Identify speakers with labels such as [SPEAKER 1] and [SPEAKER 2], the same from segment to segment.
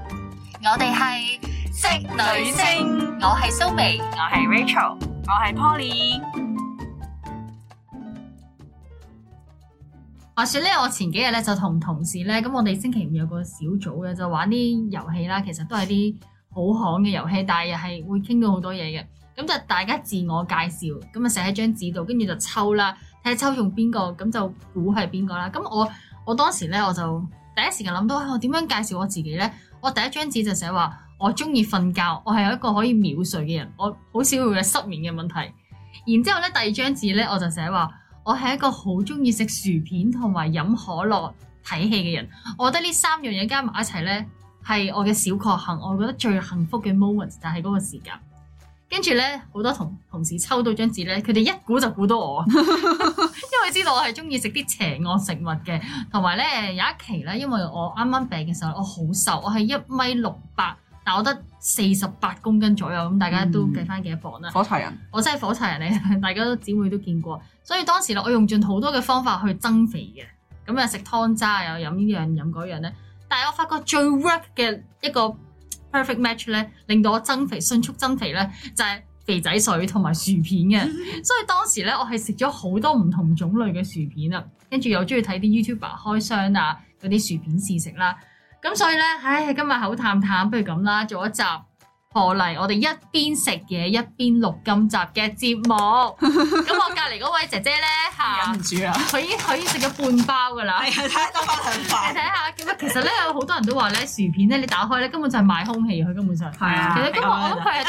[SPEAKER 1] 我哋係職
[SPEAKER 2] 女聲
[SPEAKER 1] 我係蘇眉，
[SPEAKER 2] 我係 Rachel，我係 Poly。
[SPEAKER 1] 話説咧，我前幾日咧就同同事咧，咁我哋星期五有個小組嘅，就玩啲遊戲啦。其實都係啲好行嘅遊戲，但係又係會傾到好多嘢嘅。咁就大家自我介紹，咁啊寫喺張紙度，跟住就抽啦，睇下抽中邊個，咁就估係邊個啦。咁我我當時咧我就第一時間諗到，啊我點樣介紹我自己咧？我第一張紙就寫話我中意瞓覺，我係一個可以秒睡嘅人，我好少會有失眠嘅問題。然之後咧第二張紙咧我就寫話。我係一個好中意食薯片同埋飲可樂睇戲嘅人，我覺得呢三樣嘢加埋一齊呢，係我嘅小確幸，我覺得最幸福嘅 moment 就係嗰個時間。跟住呢，好多同同事抽到張紙呢，佢哋一估就估到我，因為知道我係中意食啲邪惡食物嘅，同埋呢，有一期呢，因為我啱啱病嘅時候，我好瘦，我係一米六八，但我得四十八公斤左右，咁大家都計翻幾多磅啦。
[SPEAKER 2] 火柴人，
[SPEAKER 1] 我真係火柴人嚟， 大家都姊妹都見過。所以當時咧，我用盡好多嘅方法去增肥嘅，咁啊食湯渣又飲呢樣飲嗰樣咧。但係我發覺最 work 嘅一個 perfect match 咧，令到我增肥迅速增肥咧，就係、肥仔水同埋薯片嘅。所以當時咧，我係食咗好多唔同種類嘅薯片啊，跟住又中意睇啲 YouTuber 開箱啊嗰啲薯片試食啦。咁所以咧，唉，今日口淡淡，不如咁啦，做一集破例，我哋一邊食嘢一邊錄今集嘅節目。咁我隔離嗰位姐姐咧嚇
[SPEAKER 3] 啊
[SPEAKER 2] 忍唔，住 啦。
[SPEAKER 1] 佢已經佢已經食咗半包㗎啦。
[SPEAKER 2] 係啊啊，睇下得翻兩
[SPEAKER 1] 你睇
[SPEAKER 2] 塊。
[SPEAKER 1] 下，咁啊，其實咧有好多人都話咧，薯片咧你打開咧根本就係賣空氣，佢根本上
[SPEAKER 2] 係啊
[SPEAKER 1] 其實今日我諗佢係，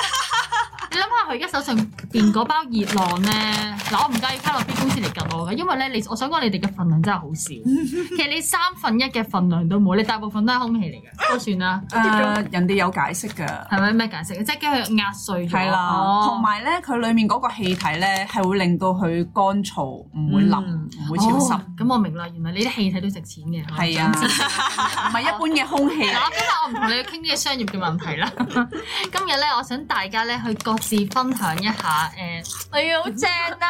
[SPEAKER 1] 你諗下佢而家手上邊嗰包熱浪咧，嗱我唔介意卡樂 B 公司嚟夾我嘅，因為咧你我想講你哋嘅份量真係 好少，其實你三分一嘅份量都冇，你大部分都係空氣嚟 嘅，都算啦，
[SPEAKER 2] 誒，人哋有解釋㗎。
[SPEAKER 1] 係咪咩解釋？即係驚佢壓碎咗，
[SPEAKER 2] 係啦，
[SPEAKER 1] 哦
[SPEAKER 2] 同埋咧，佢裡面嗰個氣體咧係會令到佢乾燥，唔會腍，
[SPEAKER 3] 嗯
[SPEAKER 2] 唔會潮濕
[SPEAKER 1] 哦。咁我明啦，原來你啲氣體都值錢嘅，
[SPEAKER 2] 係 啊，唔係一般嘅空 氣。
[SPEAKER 1] 嗱，啊今日我唔同你傾呢個商業嘅問題啦。 今日咧，我想大家咧去各自分享一下誒，哎呀好正啊！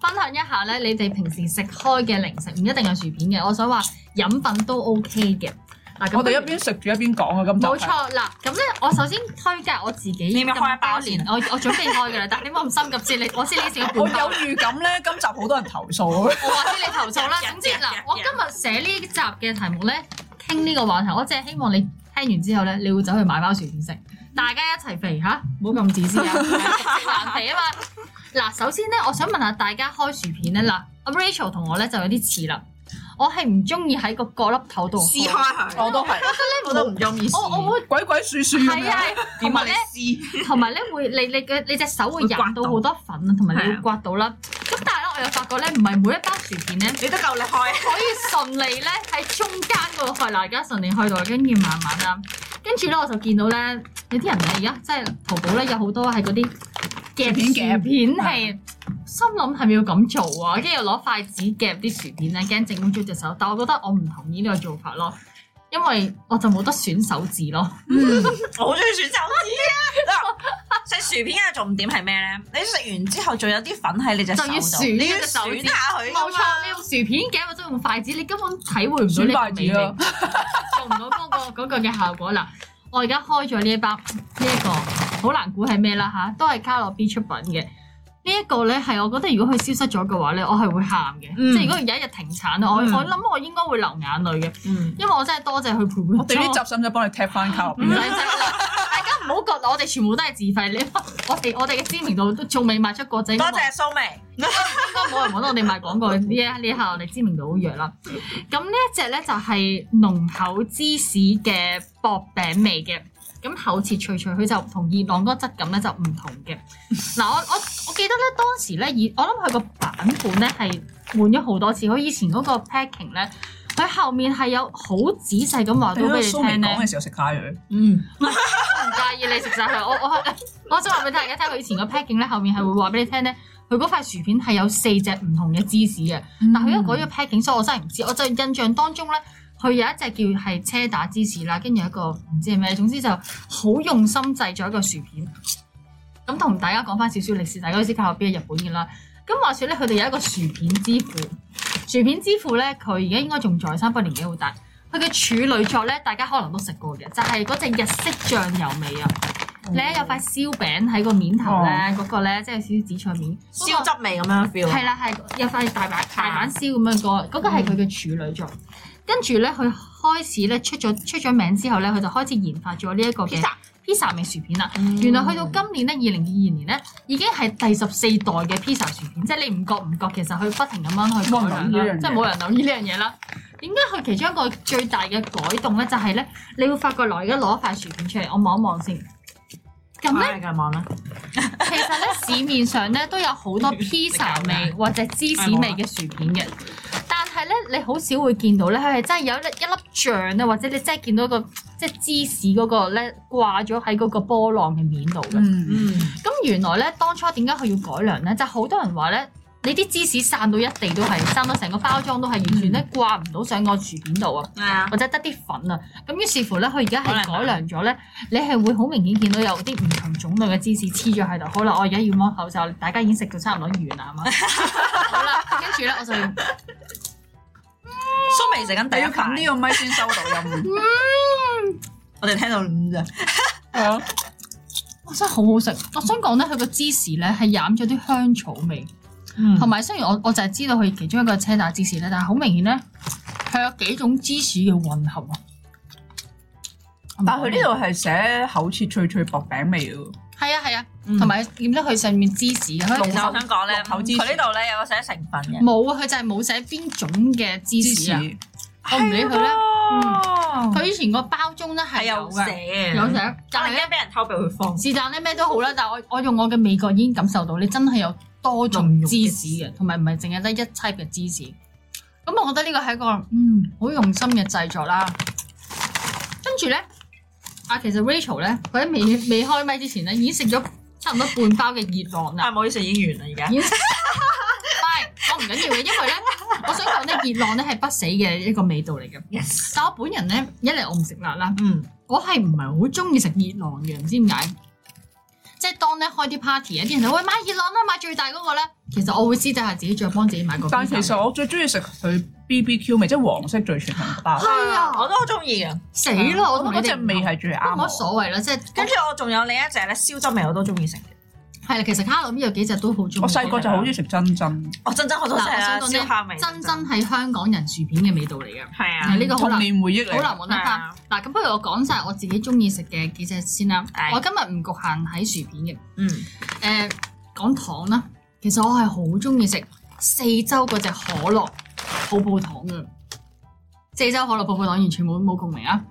[SPEAKER 1] 分享一下咧，你哋平時食開嘅零食，唔一定係薯片嘅。我想話飲品都 OK 嘅。嗱，咁
[SPEAKER 3] 我哋一邊食住一邊講啊，咁就
[SPEAKER 1] 冇錯嗱，咁咧我首先推介我自己。
[SPEAKER 2] 你咪開一包先啊
[SPEAKER 1] 我我準備開㗎啦，但係你唔好咁心急先，你我知你食咗
[SPEAKER 3] 我
[SPEAKER 1] 半
[SPEAKER 3] 有
[SPEAKER 1] 包。
[SPEAKER 3] 預感咧，今集好多人投訴。
[SPEAKER 1] 我話知你投訴啦。總之嗱
[SPEAKER 2] 日日日，
[SPEAKER 1] 我今日寫呢集嘅題目咧，傾呢個話題，我淨係希望你聽完之後咧，你會走去買包薯片食，大家一齊肥 吓，唔好咁自私啊，難肥啊嘛。嗱，首先咧，我想問下大家開薯片咧，嗱，阿 Rachel 同我咧就有啲似啦，我係唔中意喺個角落頭度
[SPEAKER 2] 撕
[SPEAKER 1] 開
[SPEAKER 2] 開佢，
[SPEAKER 3] 我都係
[SPEAKER 1] 我都唔
[SPEAKER 2] 中意
[SPEAKER 1] 我我會
[SPEAKER 3] 鬼鬼祟祟咁
[SPEAKER 1] 係啊
[SPEAKER 3] 樣，，
[SPEAKER 1] 同埋咧。
[SPEAKER 2] 你撕？
[SPEAKER 1] 同埋咧會你你嘅你隻手會
[SPEAKER 2] 會
[SPEAKER 1] 入
[SPEAKER 2] 刮
[SPEAKER 1] 到
[SPEAKER 2] 到
[SPEAKER 1] 好多粉啊，同埋你
[SPEAKER 2] 係
[SPEAKER 1] 會
[SPEAKER 2] 啊
[SPEAKER 1] 刮到啦。咁但係咧，我又發覺咧，唔係每一包薯片咧。
[SPEAKER 2] 你都夠力開。
[SPEAKER 1] 可以順利咧喺中間嗰度去，嗱而家順利去到，跟住慢慢啦，跟住咧我就見到咧有啲人咧而家即係淘寶咧有好多係嗰啲夾薯
[SPEAKER 3] 片夾
[SPEAKER 1] 片係，心諗係咪要咁做啊？跟住又攞筷子夾啲薯片咧，驚整污糟隻手，但我覺得我唔同意呢個做法咯。因為我就冇得選手指咯，
[SPEAKER 2] 我好中意選手指 啊！嗱，食薯片嘅重點係咩咧？你食完之後仲有啲粉喺你隻手
[SPEAKER 1] 就要
[SPEAKER 2] 度，
[SPEAKER 1] 選
[SPEAKER 2] 你要
[SPEAKER 1] 隻手指
[SPEAKER 2] 選下佢
[SPEAKER 1] 冇錯，
[SPEAKER 2] 㗎
[SPEAKER 1] 你
[SPEAKER 2] 嘛。
[SPEAKER 1] 用薯片夾或者用筷子，你根本體會唔到呢
[SPEAKER 3] 選
[SPEAKER 1] 個
[SPEAKER 3] 筷
[SPEAKER 1] 味
[SPEAKER 3] 子
[SPEAKER 1] 道
[SPEAKER 3] 啊，
[SPEAKER 1] 做唔到嗰、個嗰個嘅效果啦。我而家開咗呢一包呢一、個，好難估係咩啦吓，都係卡樂 B 出品嘅。呢一個咧係我覺得如果佢消失咗嘅話咧，我係會喊嘅，
[SPEAKER 2] 嗯
[SPEAKER 1] 即係如果有一日停產啊啦，我
[SPEAKER 2] 嗯
[SPEAKER 1] 我諗我應該會流眼淚嘅，
[SPEAKER 2] 嗯，
[SPEAKER 1] 因為我真係多謝佢陪伴
[SPEAKER 3] 我哋呢集使唔使幫你踢翻卡入
[SPEAKER 1] 唔
[SPEAKER 2] 啊
[SPEAKER 1] 使真啦，大家唔好覺得我哋全部都係自費，你 我哋我哋嘅知名度都仲未賣出國際。
[SPEAKER 2] 多謝蘇眉。
[SPEAKER 1] 應該冇人揾我哋賣廣告呢一呢一下，我哋知名度好弱啦。咁呢一隻咧就係濃厚芝士嘅薄餅味嘅，咁厚切脆脆，佢就同熱浪嗰個質感咧就唔同嘅。嗱，我我我記得咧當時咧，以我諗佢個版本咧係換咗好多次，佢以前嗰個 packing 咧。佢後面係有好仔細咁話到俾你
[SPEAKER 3] 蘇明
[SPEAKER 1] 聽咧
[SPEAKER 3] 講，嘅時候食卡佢，
[SPEAKER 2] 嗯，
[SPEAKER 1] 唔介意你食晒佢。我我我想話俾大家聽，佢以前個 packing 咧後面係會話俾你聽咧，佢嗰塊薯片係有四隻唔同嘅芝士嘅。但佢
[SPEAKER 3] 嗯
[SPEAKER 1] 因為改咗 packing，所以我真係唔知。我就印象當中咧，佢有一隻叫係車打芝士啦，跟住有一個唔知係咩，總之就好用心製作一個薯片。咁同大家講翻少少歷史，大家都知靠邊係日本嘅啦。咁話說咧，佢哋有一個薯片之父，薯片之父咧，佢而家應該仲在生，不過年紀好大。佢嘅處女作咧，大家可能都食過嘅，就係嗰隻日式醬油味啊！你咧有塊燒餅喺個面頭咧，嗰個咧即係少少紫菜面，嗰個
[SPEAKER 2] 燒汁味咁樣 feel 啊。
[SPEAKER 1] 係啦，係有塊大板大板燒咁樣個，嗰個係佢嘅處女座。跟住咧，佢開始咧出咗出咗名之後咧，佢就開始研發咗呢一個嘅
[SPEAKER 2] Pizza
[SPEAKER 1] pizza 味薯片啦。
[SPEAKER 2] 嗯
[SPEAKER 1] 原來去到今年咧，二零二二年咧，已經係第十四代嘅 pizza 薯片，即係你唔覺唔覺，其實佢不停咁樣去改
[SPEAKER 3] 冇人留意
[SPEAKER 1] 良啦
[SPEAKER 3] 呢樣嘢，
[SPEAKER 1] 即係冇人留意呢樣嘢啦。點解佢其中一個最大嘅改動咧，就係咧，你會發覺來而家攞塊薯片出嚟，我望一望先。咁咧，
[SPEAKER 2] 咧嘅望啦，
[SPEAKER 1] 其實咧市面上咧都有好多 pizza 味或者芝士味嘅薯片嘅，但係咧你好少會見到咧，佢係真係有一粒一粒醬咧，或者你真係見到一個即係芝士嗰個咧掛咗喺嗰個波浪嘅面度嘅。
[SPEAKER 3] 嗯，
[SPEAKER 2] 嗯，
[SPEAKER 1] 咁原來咧，當初點解佢要改良咧？就係好多人話咧，你啲芝士散到一地都係，散到成個包裝都係，完全咧掛唔到上個薯片度啊，
[SPEAKER 2] 係啊，
[SPEAKER 1] 或者得啲粉啊。咁於是乎咧，佢而家
[SPEAKER 2] 可能
[SPEAKER 1] 係改良咗咧，你係會好明顯見到有啲唔同種類嘅芝士黐咗喺度。好啦，我而家要摸口罩，大家已經食到差唔多完啦，係嘛？好啦，跟住咧我就嗯
[SPEAKER 2] 蘇 眉食緊第
[SPEAKER 3] 你
[SPEAKER 2] 一
[SPEAKER 3] 要近呢
[SPEAKER 2] 塊，
[SPEAKER 3] 個咪先收到 音。
[SPEAKER 2] 我哋聽到五咋，
[SPEAKER 3] 係啊，
[SPEAKER 1] 哇真係好好食。我想講咧，佢個芝士咧係染咗啲香草味。
[SPEAKER 3] 嗯
[SPEAKER 1] 同埋雖然我我就係知道佢其中一個車打芝士咧，但係好明顯咧，佢有幾種芝士嘅混合啊。
[SPEAKER 3] 但係佢呢度係寫口切脆脆薄餅味喎。
[SPEAKER 1] 度係啊係啊，
[SPEAKER 2] 嗯
[SPEAKER 1] 同埋見到佢上面芝士嘅，
[SPEAKER 2] 其實我
[SPEAKER 1] 佢
[SPEAKER 2] 想講咧，
[SPEAKER 3] 綠頭芝士
[SPEAKER 2] 佢呢度咧有個寫成分嘅，
[SPEAKER 1] 冇啊，佢就係冇寫邊種嘅芝
[SPEAKER 3] 芝
[SPEAKER 1] 士啊。
[SPEAKER 3] 士
[SPEAKER 1] 我唔理佢咧，
[SPEAKER 2] 啦，
[SPEAKER 1] 佢以前個包裝咧係
[SPEAKER 2] 啊係啊有
[SPEAKER 1] 有
[SPEAKER 2] 寫
[SPEAKER 1] 嘅，
[SPEAKER 2] 嘅，
[SPEAKER 1] 有寫，但
[SPEAKER 2] 但
[SPEAKER 1] 係
[SPEAKER 2] 係
[SPEAKER 1] 咧
[SPEAKER 2] 驚俾人偷俾佢放。
[SPEAKER 1] 是但咧咩都好啦，但係我我用我嘅味覺已經感受到你真係有多種芝士嘅，同埋唔係淨係得一 type 嘅芝士。咁我覺得呢個係一個嗯好用心嘅製作啦。跟住咧，啊其實 Rachel 咧，佢喺未未開麥之前咧已經食咗差唔多半包嘅熱浪啦
[SPEAKER 2] 啊，。唔好意思，已經完啦，而家
[SPEAKER 1] 已經係我唔緊要嘅，因為咧，我想講咧熱浪咧係不死嘅一個味道嚟嘅。
[SPEAKER 2] ，yes，
[SPEAKER 1] 但我本人咧，一嚟我唔食辣啦。
[SPEAKER 2] 嗯，
[SPEAKER 1] 我係唔係好中意食熱浪嘅，唔知點解。即係當咧開啲 party 啊有啲人就喂買熱浪啦，買最大嗰個啦。其實我會私底下自己再幫自己買個 pizza。
[SPEAKER 3] 但其實我最中意食佢 BBQ 味，即係黃色最傳統包。
[SPEAKER 1] 係啊
[SPEAKER 2] 我都好中意嘅。
[SPEAKER 1] 死啦，我同你
[SPEAKER 3] 哦覺得
[SPEAKER 1] 哋
[SPEAKER 3] 嗰隻
[SPEAKER 1] 唔
[SPEAKER 3] 味
[SPEAKER 1] 同
[SPEAKER 3] 係最
[SPEAKER 1] 都冇乜
[SPEAKER 3] 啱啊
[SPEAKER 1] 所
[SPEAKER 3] 我。
[SPEAKER 1] 謂啦，即係
[SPEAKER 2] 跟住我仲有另一隻咧，燒汁味我都中意食嘅。
[SPEAKER 1] 係啦。其實卡路邊有幾隻都好中意。
[SPEAKER 3] 我細個就好中意食珍珍，
[SPEAKER 2] 我真真我都食啦，
[SPEAKER 1] 嗱我想講呢
[SPEAKER 2] 啊燒烤味
[SPEAKER 1] 真真係香港人薯片嘅味道嚟嘅，
[SPEAKER 2] 係啊
[SPEAKER 1] 係，嗯呢個好
[SPEAKER 3] 嗯童
[SPEAKER 1] 難
[SPEAKER 3] 年回憶
[SPEAKER 1] 好
[SPEAKER 3] 嚟。
[SPEAKER 1] 難揾得
[SPEAKER 2] 係
[SPEAKER 1] 翻
[SPEAKER 2] 啊。
[SPEAKER 1] 嗱，咁不如我講晒我自己中意食嘅幾隻先啦。
[SPEAKER 2] 係
[SPEAKER 1] 我今日唔局限喺薯片嘅。
[SPEAKER 2] 嗯，
[SPEAKER 1] 誒呃講糖啦，其實我係好中意食四周嗰只可樂泡泡糖嘅。四周可樂泡泡糖完全冇冇共鳴啊！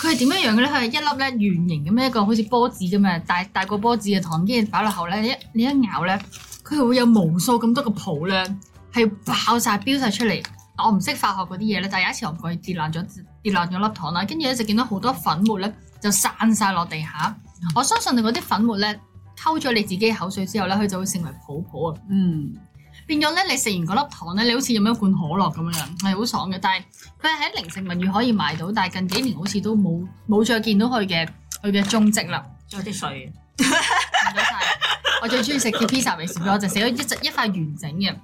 [SPEAKER 1] 佢係點樣樣嘅咧？佢係一粒咧圓形咁樣一個好似波子咁嘅大大個波子嘅糖，跟住擺落口咧，一你一咬咧，佢係會有無數咁多個泡咧，係爆晒飆晒出嚟。我唔識化學嗰啲嘢咧，但係有一次我唔覺意跌爛咗跌爛咗粒糖啦，跟住咧就見到好多粉末咧就散晒落地下。我相信你嗰啲粉末咧溝咗你自己嘅口水之後咧，佢就會成為泡泡啊！
[SPEAKER 3] 嗯，
[SPEAKER 1] 變咗咧，你食完嗰粒糖咧，你好似飲咗一罐可樂咁樣樣，係好爽嘅。但係佢係喺零食物語可以買到，但係近幾年好似都冇冇再見到佢嘅佢嘅蹤跡啦。
[SPEAKER 2] 仲有啲水，
[SPEAKER 1] 唔該晒。我最中意食嘅 pizza 美薯片，我就食咗一隻一塊完整嘅。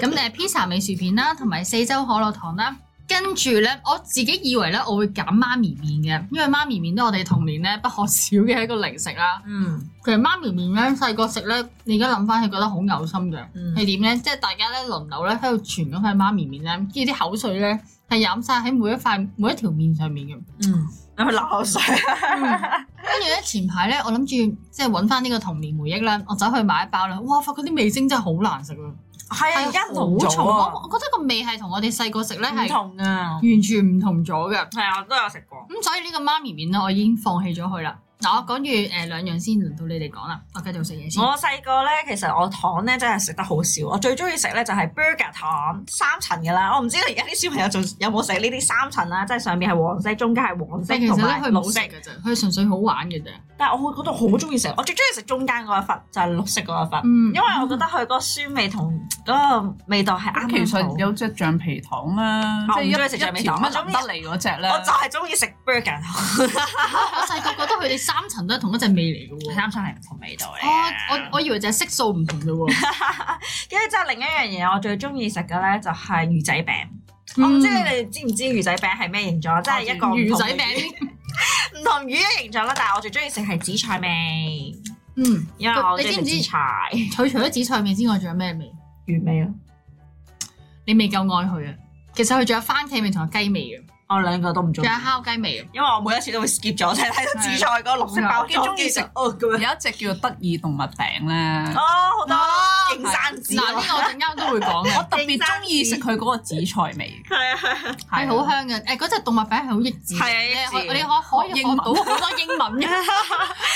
[SPEAKER 1] 咁誒 pizza 美薯片啦，同埋四周可樂糖啦。跟住咧，我自己以為咧，我會揀媽咪麵嘅，因為媽咪麵都係我哋童年咧不可少嘅一個零食啦。
[SPEAKER 2] 嗯
[SPEAKER 1] 其實媽咪麵咧細個食咧，你而家諗翻係覺得好嘔心嘅。
[SPEAKER 2] 嗯
[SPEAKER 1] 係點咧？即係大家咧輪流咧喺度傳嗰塊媽咪麵咧，跟住啲口水咧係飲晒喺每一塊每一條面上面嘅。
[SPEAKER 2] 嗯，有冇流口水？啊
[SPEAKER 1] 跟住咧前排咧，我諗住即係揾翻呢個童年回憶啦，我走去買一包啦。哇！發覺啲味精真係好難食啊，
[SPEAKER 2] 係啊，而家
[SPEAKER 1] 好
[SPEAKER 2] 唔
[SPEAKER 1] 重
[SPEAKER 2] 同啊，
[SPEAKER 1] 我我覺得個味係同我哋細個食咧
[SPEAKER 2] 唔
[SPEAKER 1] 係
[SPEAKER 2] 同啊，
[SPEAKER 1] 完全唔同咗嘅。
[SPEAKER 2] 係啊，我都有食過。
[SPEAKER 1] 咁所以呢個媽咪麵咧，我已經放棄咗佢啦。嗱，我講住誒兩樣先，輪到你哋講啦。我繼續食嘢先。
[SPEAKER 2] 我細個咧，其實我糖咧真係食得好少，我最中意食咧就係 burger 糖三層嘅啦。我唔知道而家啲小朋友仲有冇食呢啲三層啊啦，即係上面係黃色，中間係黃色
[SPEAKER 1] 但其實
[SPEAKER 2] 同
[SPEAKER 1] 咧，
[SPEAKER 2] 埋
[SPEAKER 1] 佢冇
[SPEAKER 2] 綠
[SPEAKER 1] 食
[SPEAKER 2] 色。
[SPEAKER 1] 嘅啫，佢純粹好玩嘅啫。
[SPEAKER 2] 但係我覺得好中意食，我最中意食中間嗰一忽，就係、綠色嗰一忽，
[SPEAKER 1] 嗯，
[SPEAKER 2] 因為我覺得佢嗰個酸味同嗰個味道係啱
[SPEAKER 3] 其
[SPEAKER 2] 啱好
[SPEAKER 1] 啊
[SPEAKER 3] 實啊有隻橡皮糖啦，
[SPEAKER 2] 我
[SPEAKER 3] 即係
[SPEAKER 2] 唔中意食
[SPEAKER 3] 一
[SPEAKER 2] 橡皮
[SPEAKER 3] 一
[SPEAKER 2] 糖
[SPEAKER 3] 條
[SPEAKER 2] 我
[SPEAKER 3] 乜
[SPEAKER 2] 中意
[SPEAKER 3] 林得利嗰只咧
[SPEAKER 2] 我。就係中意食 burger
[SPEAKER 1] 我細個覺得佢哋三層都係同一隻味嚟嘅喎。
[SPEAKER 2] 三層係啊唔同味道嚟
[SPEAKER 1] 哦我
[SPEAKER 2] 嘅
[SPEAKER 1] 我我以為就係色素唔同啫喎。
[SPEAKER 2] 跟住之後另一樣嘢我最中意食嘅咧就係魚仔餅，我唔知你哋知唔知魚仔餅係咩形狀，即係一個唔同嘅
[SPEAKER 1] 嗯哦魚仔餅，
[SPEAKER 2] 唔同魚嘅形狀啦。但係我最中意食係紫菜味，
[SPEAKER 1] 嗯，
[SPEAKER 2] 因為我中意食
[SPEAKER 1] 你知唔知
[SPEAKER 2] 紫菜
[SPEAKER 1] 佢除咗紫菜味之外，仲有咩味？啊
[SPEAKER 2] 原味咯。
[SPEAKER 1] 你未夠愛佢啊！其實佢仲有番茄味同埋雞味嘅，
[SPEAKER 2] 我兩個都唔
[SPEAKER 1] 仲
[SPEAKER 2] 中意
[SPEAKER 1] 有，啊烤雞味嘅。
[SPEAKER 2] 因為我每一次都會 skip 咗，就係睇到紫菜嗰個綠色
[SPEAKER 1] 啊
[SPEAKER 2] 包裝，
[SPEAKER 3] 我幾鍾意食
[SPEAKER 2] 跟住就哦咁
[SPEAKER 3] 有
[SPEAKER 2] 樣。
[SPEAKER 3] 一隻叫做得意動物餅咧，
[SPEAKER 2] 哦，好多
[SPEAKER 1] 哦
[SPEAKER 2] 勁生啊紫
[SPEAKER 1] 嗱，呢個我陣間都會 講
[SPEAKER 3] 我
[SPEAKER 1] 嘅，
[SPEAKER 3] 特別中意食佢嗰個紫菜味，
[SPEAKER 2] 係啊係啊，
[SPEAKER 1] 係好香嘅。誒，嗰只動物餅係好益智嘅，
[SPEAKER 2] 係啊益智
[SPEAKER 1] 你可你可可以學到好多英文嘅，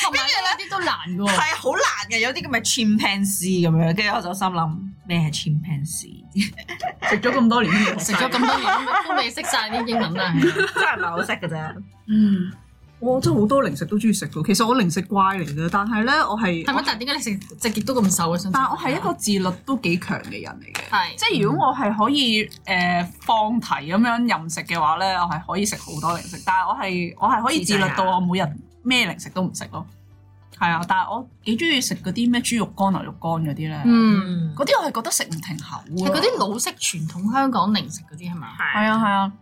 [SPEAKER 1] 同埋呢有啲都難嘅喎。
[SPEAKER 2] 係好難嘅，有啲咁嘅 chimpanzee 咁樣，跟住我就心諗咩係 chimpanzee，
[SPEAKER 3] 食咗咁 多年先
[SPEAKER 1] 食咗咁多年都未識晒啲英文啦。係啊
[SPEAKER 2] 真係唔係好識嘅啫。
[SPEAKER 1] 嗯，
[SPEAKER 3] 我真係好多零食都中意食到，其實我零食怪嚟嘅，但係咧我係
[SPEAKER 1] 係咪？但係點解你食食極都咁瘦嘅？想知
[SPEAKER 3] 但我係一個自律都幾強嘅人嚟嘅，
[SPEAKER 1] 係
[SPEAKER 3] 即係如果我係可以誒、呃放題咁樣任食嘅話咧，我係可以食好多零食，但係我係我係可以自律到我每日咩零食都唔食咯。係啊，但係我幾中意食嗰啲咩豬肉乾、牛肉乾嗰啲咧，嗰啲、
[SPEAKER 1] 嗯。
[SPEAKER 2] 嗯，
[SPEAKER 3] 我係覺得食唔停口
[SPEAKER 1] 係
[SPEAKER 3] 啊
[SPEAKER 1] 嗰啲老式傳統香港零食嗰啲係嘛？
[SPEAKER 3] 係
[SPEAKER 2] 係
[SPEAKER 3] 啊係啊，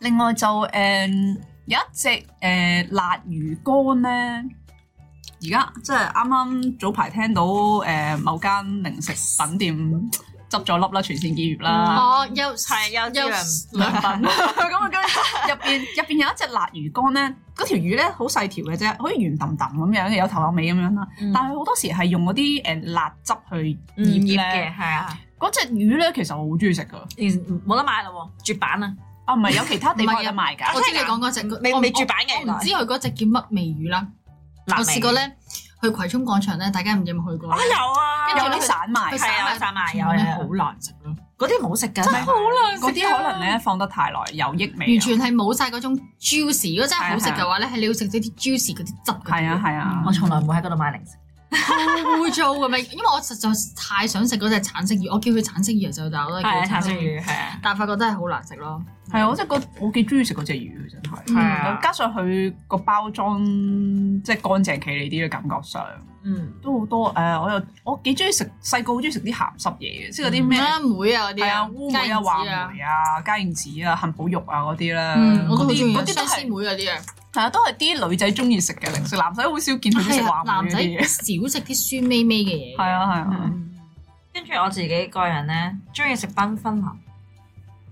[SPEAKER 3] 另外就誒、嗯有一隻誒、呃辣魚乾咧，而家即係啱啱早排聽到誒、呃某間零食品店執咗粒啦，全線結業啦。
[SPEAKER 1] 哦，有
[SPEAKER 2] 係有啲人
[SPEAKER 1] 兩
[SPEAKER 3] 品 咁啊，跟住入邊入邊有一隻辣魚乾咧，嗰條魚咧好細條嘅啫，好似圓揼揼咁樣，有頭有尾咁樣啦。
[SPEAKER 2] 嗯
[SPEAKER 3] 但係佢好多時係用嗰啲誒辣汁去
[SPEAKER 2] 唔
[SPEAKER 3] 嗯醃
[SPEAKER 2] 醃
[SPEAKER 3] 咧。
[SPEAKER 2] 嘅，嗯係啊，
[SPEAKER 3] 嗰隻魚咧，其實我好中意食噶。
[SPEAKER 2] 嗯冇得買啦喎，絕版啊！
[SPEAKER 3] 啊，唔係有其他地方有得賣㗎。
[SPEAKER 1] 我知你講嗰隻，
[SPEAKER 2] 未
[SPEAKER 1] 我
[SPEAKER 2] 未絕版嘅
[SPEAKER 1] 我唔知佢嗰隻叫乜味魚啦。
[SPEAKER 2] 辣
[SPEAKER 1] 我
[SPEAKER 2] 味
[SPEAKER 1] 試過咧，去葵涌廣場咧，大家唔知有冇去過
[SPEAKER 2] 啊？有啊，
[SPEAKER 1] 跟
[SPEAKER 3] 有
[SPEAKER 1] 住呢
[SPEAKER 3] 啲散賣
[SPEAKER 1] 佢
[SPEAKER 2] 係啊
[SPEAKER 1] 散賣
[SPEAKER 2] 散賣有啊
[SPEAKER 1] 咧
[SPEAKER 2] 有
[SPEAKER 1] 好難食咯，
[SPEAKER 2] 嗰啲唔好食㗎，
[SPEAKER 3] 真係好
[SPEAKER 1] 難啊
[SPEAKER 3] 嗰啲可能咧放得太耐有益味啊，
[SPEAKER 1] 完全係冇晒嗰種 juice。如果真係好食
[SPEAKER 3] 係啊係
[SPEAKER 1] 嘅話咧，係你要食咗啲 juice 嗰啲汁嗰啲
[SPEAKER 3] 係啊係啊，
[SPEAKER 2] 我從來唔會喺嗰度買零食。
[SPEAKER 1] 好污糟嘅咩？因為我實在太想食嗰隻橙色魚，我叫佢橙色魚就但我都
[SPEAKER 2] 係
[SPEAKER 1] 係
[SPEAKER 2] 啊，
[SPEAKER 1] 叫
[SPEAKER 2] 茶燒，魚係啊，
[SPEAKER 1] 但係發覺真係好難食咯。
[SPEAKER 3] 係啊，我真係覺我幾中意食嗰隻魚嘅真係，
[SPEAKER 2] 係
[SPEAKER 1] 嗯
[SPEAKER 2] 啊，
[SPEAKER 3] 加上佢個包裝即係乾淨企理啲嘅感覺上，
[SPEAKER 2] 嗯，
[SPEAKER 3] 都好多誒，我又我幾中意食細個好中意食啲鹹濕嘢嘅，即係嗰啲咩
[SPEAKER 1] 啊妹啊嗰啲
[SPEAKER 3] 係啊烏梅
[SPEAKER 1] 雞
[SPEAKER 3] 啊、
[SPEAKER 1] 翼子
[SPEAKER 3] 話梅啊、嘉應子啊、杏堡肉啊嗰啲咧，
[SPEAKER 1] 嗯，我都好
[SPEAKER 3] 嗰
[SPEAKER 1] 中
[SPEAKER 3] 啲
[SPEAKER 1] 意
[SPEAKER 3] 嗰
[SPEAKER 1] 啊
[SPEAKER 3] 啲
[SPEAKER 1] 西
[SPEAKER 3] 都
[SPEAKER 1] 施
[SPEAKER 3] 係
[SPEAKER 1] 妹嗰啲啊。
[SPEAKER 3] 係啊，都係啲女仔中意食嘅零食，男仔好少見佢哋食
[SPEAKER 1] 係啊，
[SPEAKER 3] 話 梅
[SPEAKER 1] 男
[SPEAKER 3] 嗰
[SPEAKER 1] 仔
[SPEAKER 3] 啲嘢，
[SPEAKER 1] 少食啲酸味味嘅嘢。
[SPEAKER 3] 係啊係 啊。
[SPEAKER 1] 嗯，
[SPEAKER 2] 跟住我自己個人咧，中意食繽紛林。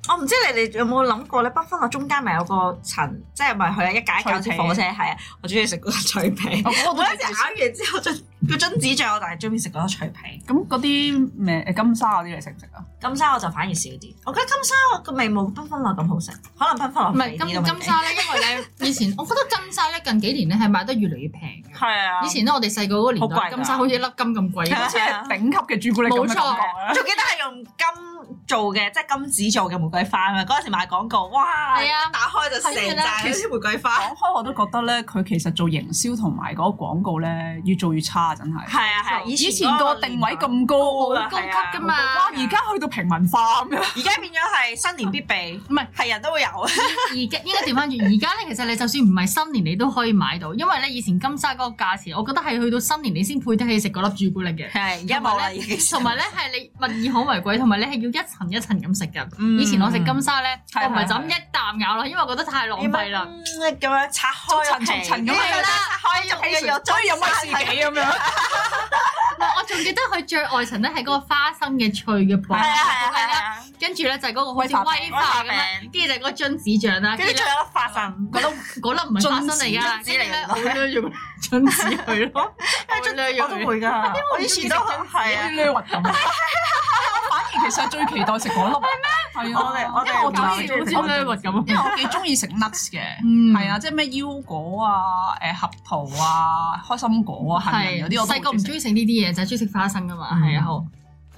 [SPEAKER 2] 我唔知你哋有冇諗過咧，繽紛林中間咪有個層，即係咪佢一架一架
[SPEAKER 3] 脆
[SPEAKER 2] 啲
[SPEAKER 3] 皮
[SPEAKER 2] 火車係啊？我中意食嗰個脆皮。
[SPEAKER 3] 我嗰個
[SPEAKER 2] 每
[SPEAKER 3] 都
[SPEAKER 2] 一隻咬完之後，樽個榛子醬，我但係中意食嗰個脆皮。
[SPEAKER 3] 咁嗰啲咩金沙嗰啲你食唔食啊？
[SPEAKER 2] 金沙我就反而少啲，我覺得金沙個味冇繽紛林咁好食，可能繽紛
[SPEAKER 1] 唔
[SPEAKER 2] 林
[SPEAKER 1] 係
[SPEAKER 2] 肥啲
[SPEAKER 1] 金
[SPEAKER 2] 都
[SPEAKER 1] 金沙咧，因 為咧以前我覺得金沙咧近幾年咧係賣得越嚟越平嘅。
[SPEAKER 2] 係啊，
[SPEAKER 1] 以前咧我哋細個嗰個年
[SPEAKER 2] 好
[SPEAKER 1] 代，
[SPEAKER 2] 貴㗎
[SPEAKER 1] 金沙好似一粒金咁貴。
[SPEAKER 2] 係啊
[SPEAKER 3] 即係頂級嘅朱古力咁嘅感覺啊
[SPEAKER 2] 仲記得係用金做嘅，即係金紙做嘅玫瑰花啊嘛！嗰陣時賣廣告，哇！
[SPEAKER 1] 係啊
[SPEAKER 2] 一打開就成扎嗰啲玫瑰花。
[SPEAKER 3] 講開我都覺得咧，佢其實做營銷同埋嗰個廣告咧，越做越差，真係。
[SPEAKER 2] 係啊係啊，
[SPEAKER 3] 以前個定位咁
[SPEAKER 2] 高
[SPEAKER 3] 高，
[SPEAKER 2] 啦
[SPEAKER 3] 哇！
[SPEAKER 1] 高級㗎嘛
[SPEAKER 3] 而家去到平民化咁樣，
[SPEAKER 2] 而家變咗係新年必備，
[SPEAKER 1] 唔係
[SPEAKER 2] 係人都會有啊。
[SPEAKER 1] 而家應該調翻轉，而家咧其實你就算唔係新年你都可以買到，因為咧以前金沙嗰個價錢，我覺得係去到新年你先配得起食嗰粒朱古力嘅。
[SPEAKER 2] 係而家冇啦，已經。
[SPEAKER 1] 同埋咧係你物以罕為貴，同埋你係要一層一層咁食㗎。
[SPEAKER 2] 嗯
[SPEAKER 1] 以前我食金沙咧，
[SPEAKER 3] 係
[SPEAKER 1] 我唔係
[SPEAKER 3] 係
[SPEAKER 1] 就咁一啖咬落，因為我覺得太浪費啦。啊
[SPEAKER 2] 嗯咁樣拆開啊
[SPEAKER 3] 層層層咁
[SPEAKER 2] 樣
[SPEAKER 3] 樣
[SPEAKER 2] 拆開入嘅有
[SPEAKER 3] 所以有威士忌咁樣。
[SPEAKER 1] 唔係我仲記得佢最外層咧係嗰個花生嘅脆嘅薄
[SPEAKER 2] 係
[SPEAKER 1] 荷，
[SPEAKER 2] 啊係啊係啊，
[SPEAKER 1] 跟住咧就係嗰個好似威化咁樣，跟住就係嗰個榛子醬啦，跟
[SPEAKER 2] 跟
[SPEAKER 1] 住
[SPEAKER 2] 住
[SPEAKER 1] 呢
[SPEAKER 2] 仲有粒花生，
[SPEAKER 1] 嗰粒嗰粒唔係花生嚟㗎，
[SPEAKER 2] 榛子嚟㗎
[SPEAKER 1] 跟住咧我掠咗個榛子去咯，我掠
[SPEAKER 2] 我都
[SPEAKER 1] 咗佢。
[SPEAKER 2] 會㗎，我以前都係啊。
[SPEAKER 3] 攣核咁。我反而其實最期待食嗰粒。係
[SPEAKER 2] 我哋我
[SPEAKER 3] 啊，
[SPEAKER 2] 哋
[SPEAKER 3] 因為我中
[SPEAKER 1] 好
[SPEAKER 3] 意
[SPEAKER 1] 似
[SPEAKER 2] 我
[SPEAKER 1] 好
[SPEAKER 2] 哋
[SPEAKER 1] 似掠核咁。
[SPEAKER 3] 因為我幾中意食 nuts 嘅，
[SPEAKER 1] 嗯
[SPEAKER 3] 係啊，即係咩腰果啊、誒核桃啊、開心果啊、杏仁嗰啲我都
[SPEAKER 1] 細個
[SPEAKER 3] 好
[SPEAKER 1] 唔
[SPEAKER 3] 中意
[SPEAKER 1] 中意
[SPEAKER 3] 食
[SPEAKER 1] 食呢啲嘢，就係中意食花生㗎嘛。
[SPEAKER 3] 嗯
[SPEAKER 1] 係啊，好。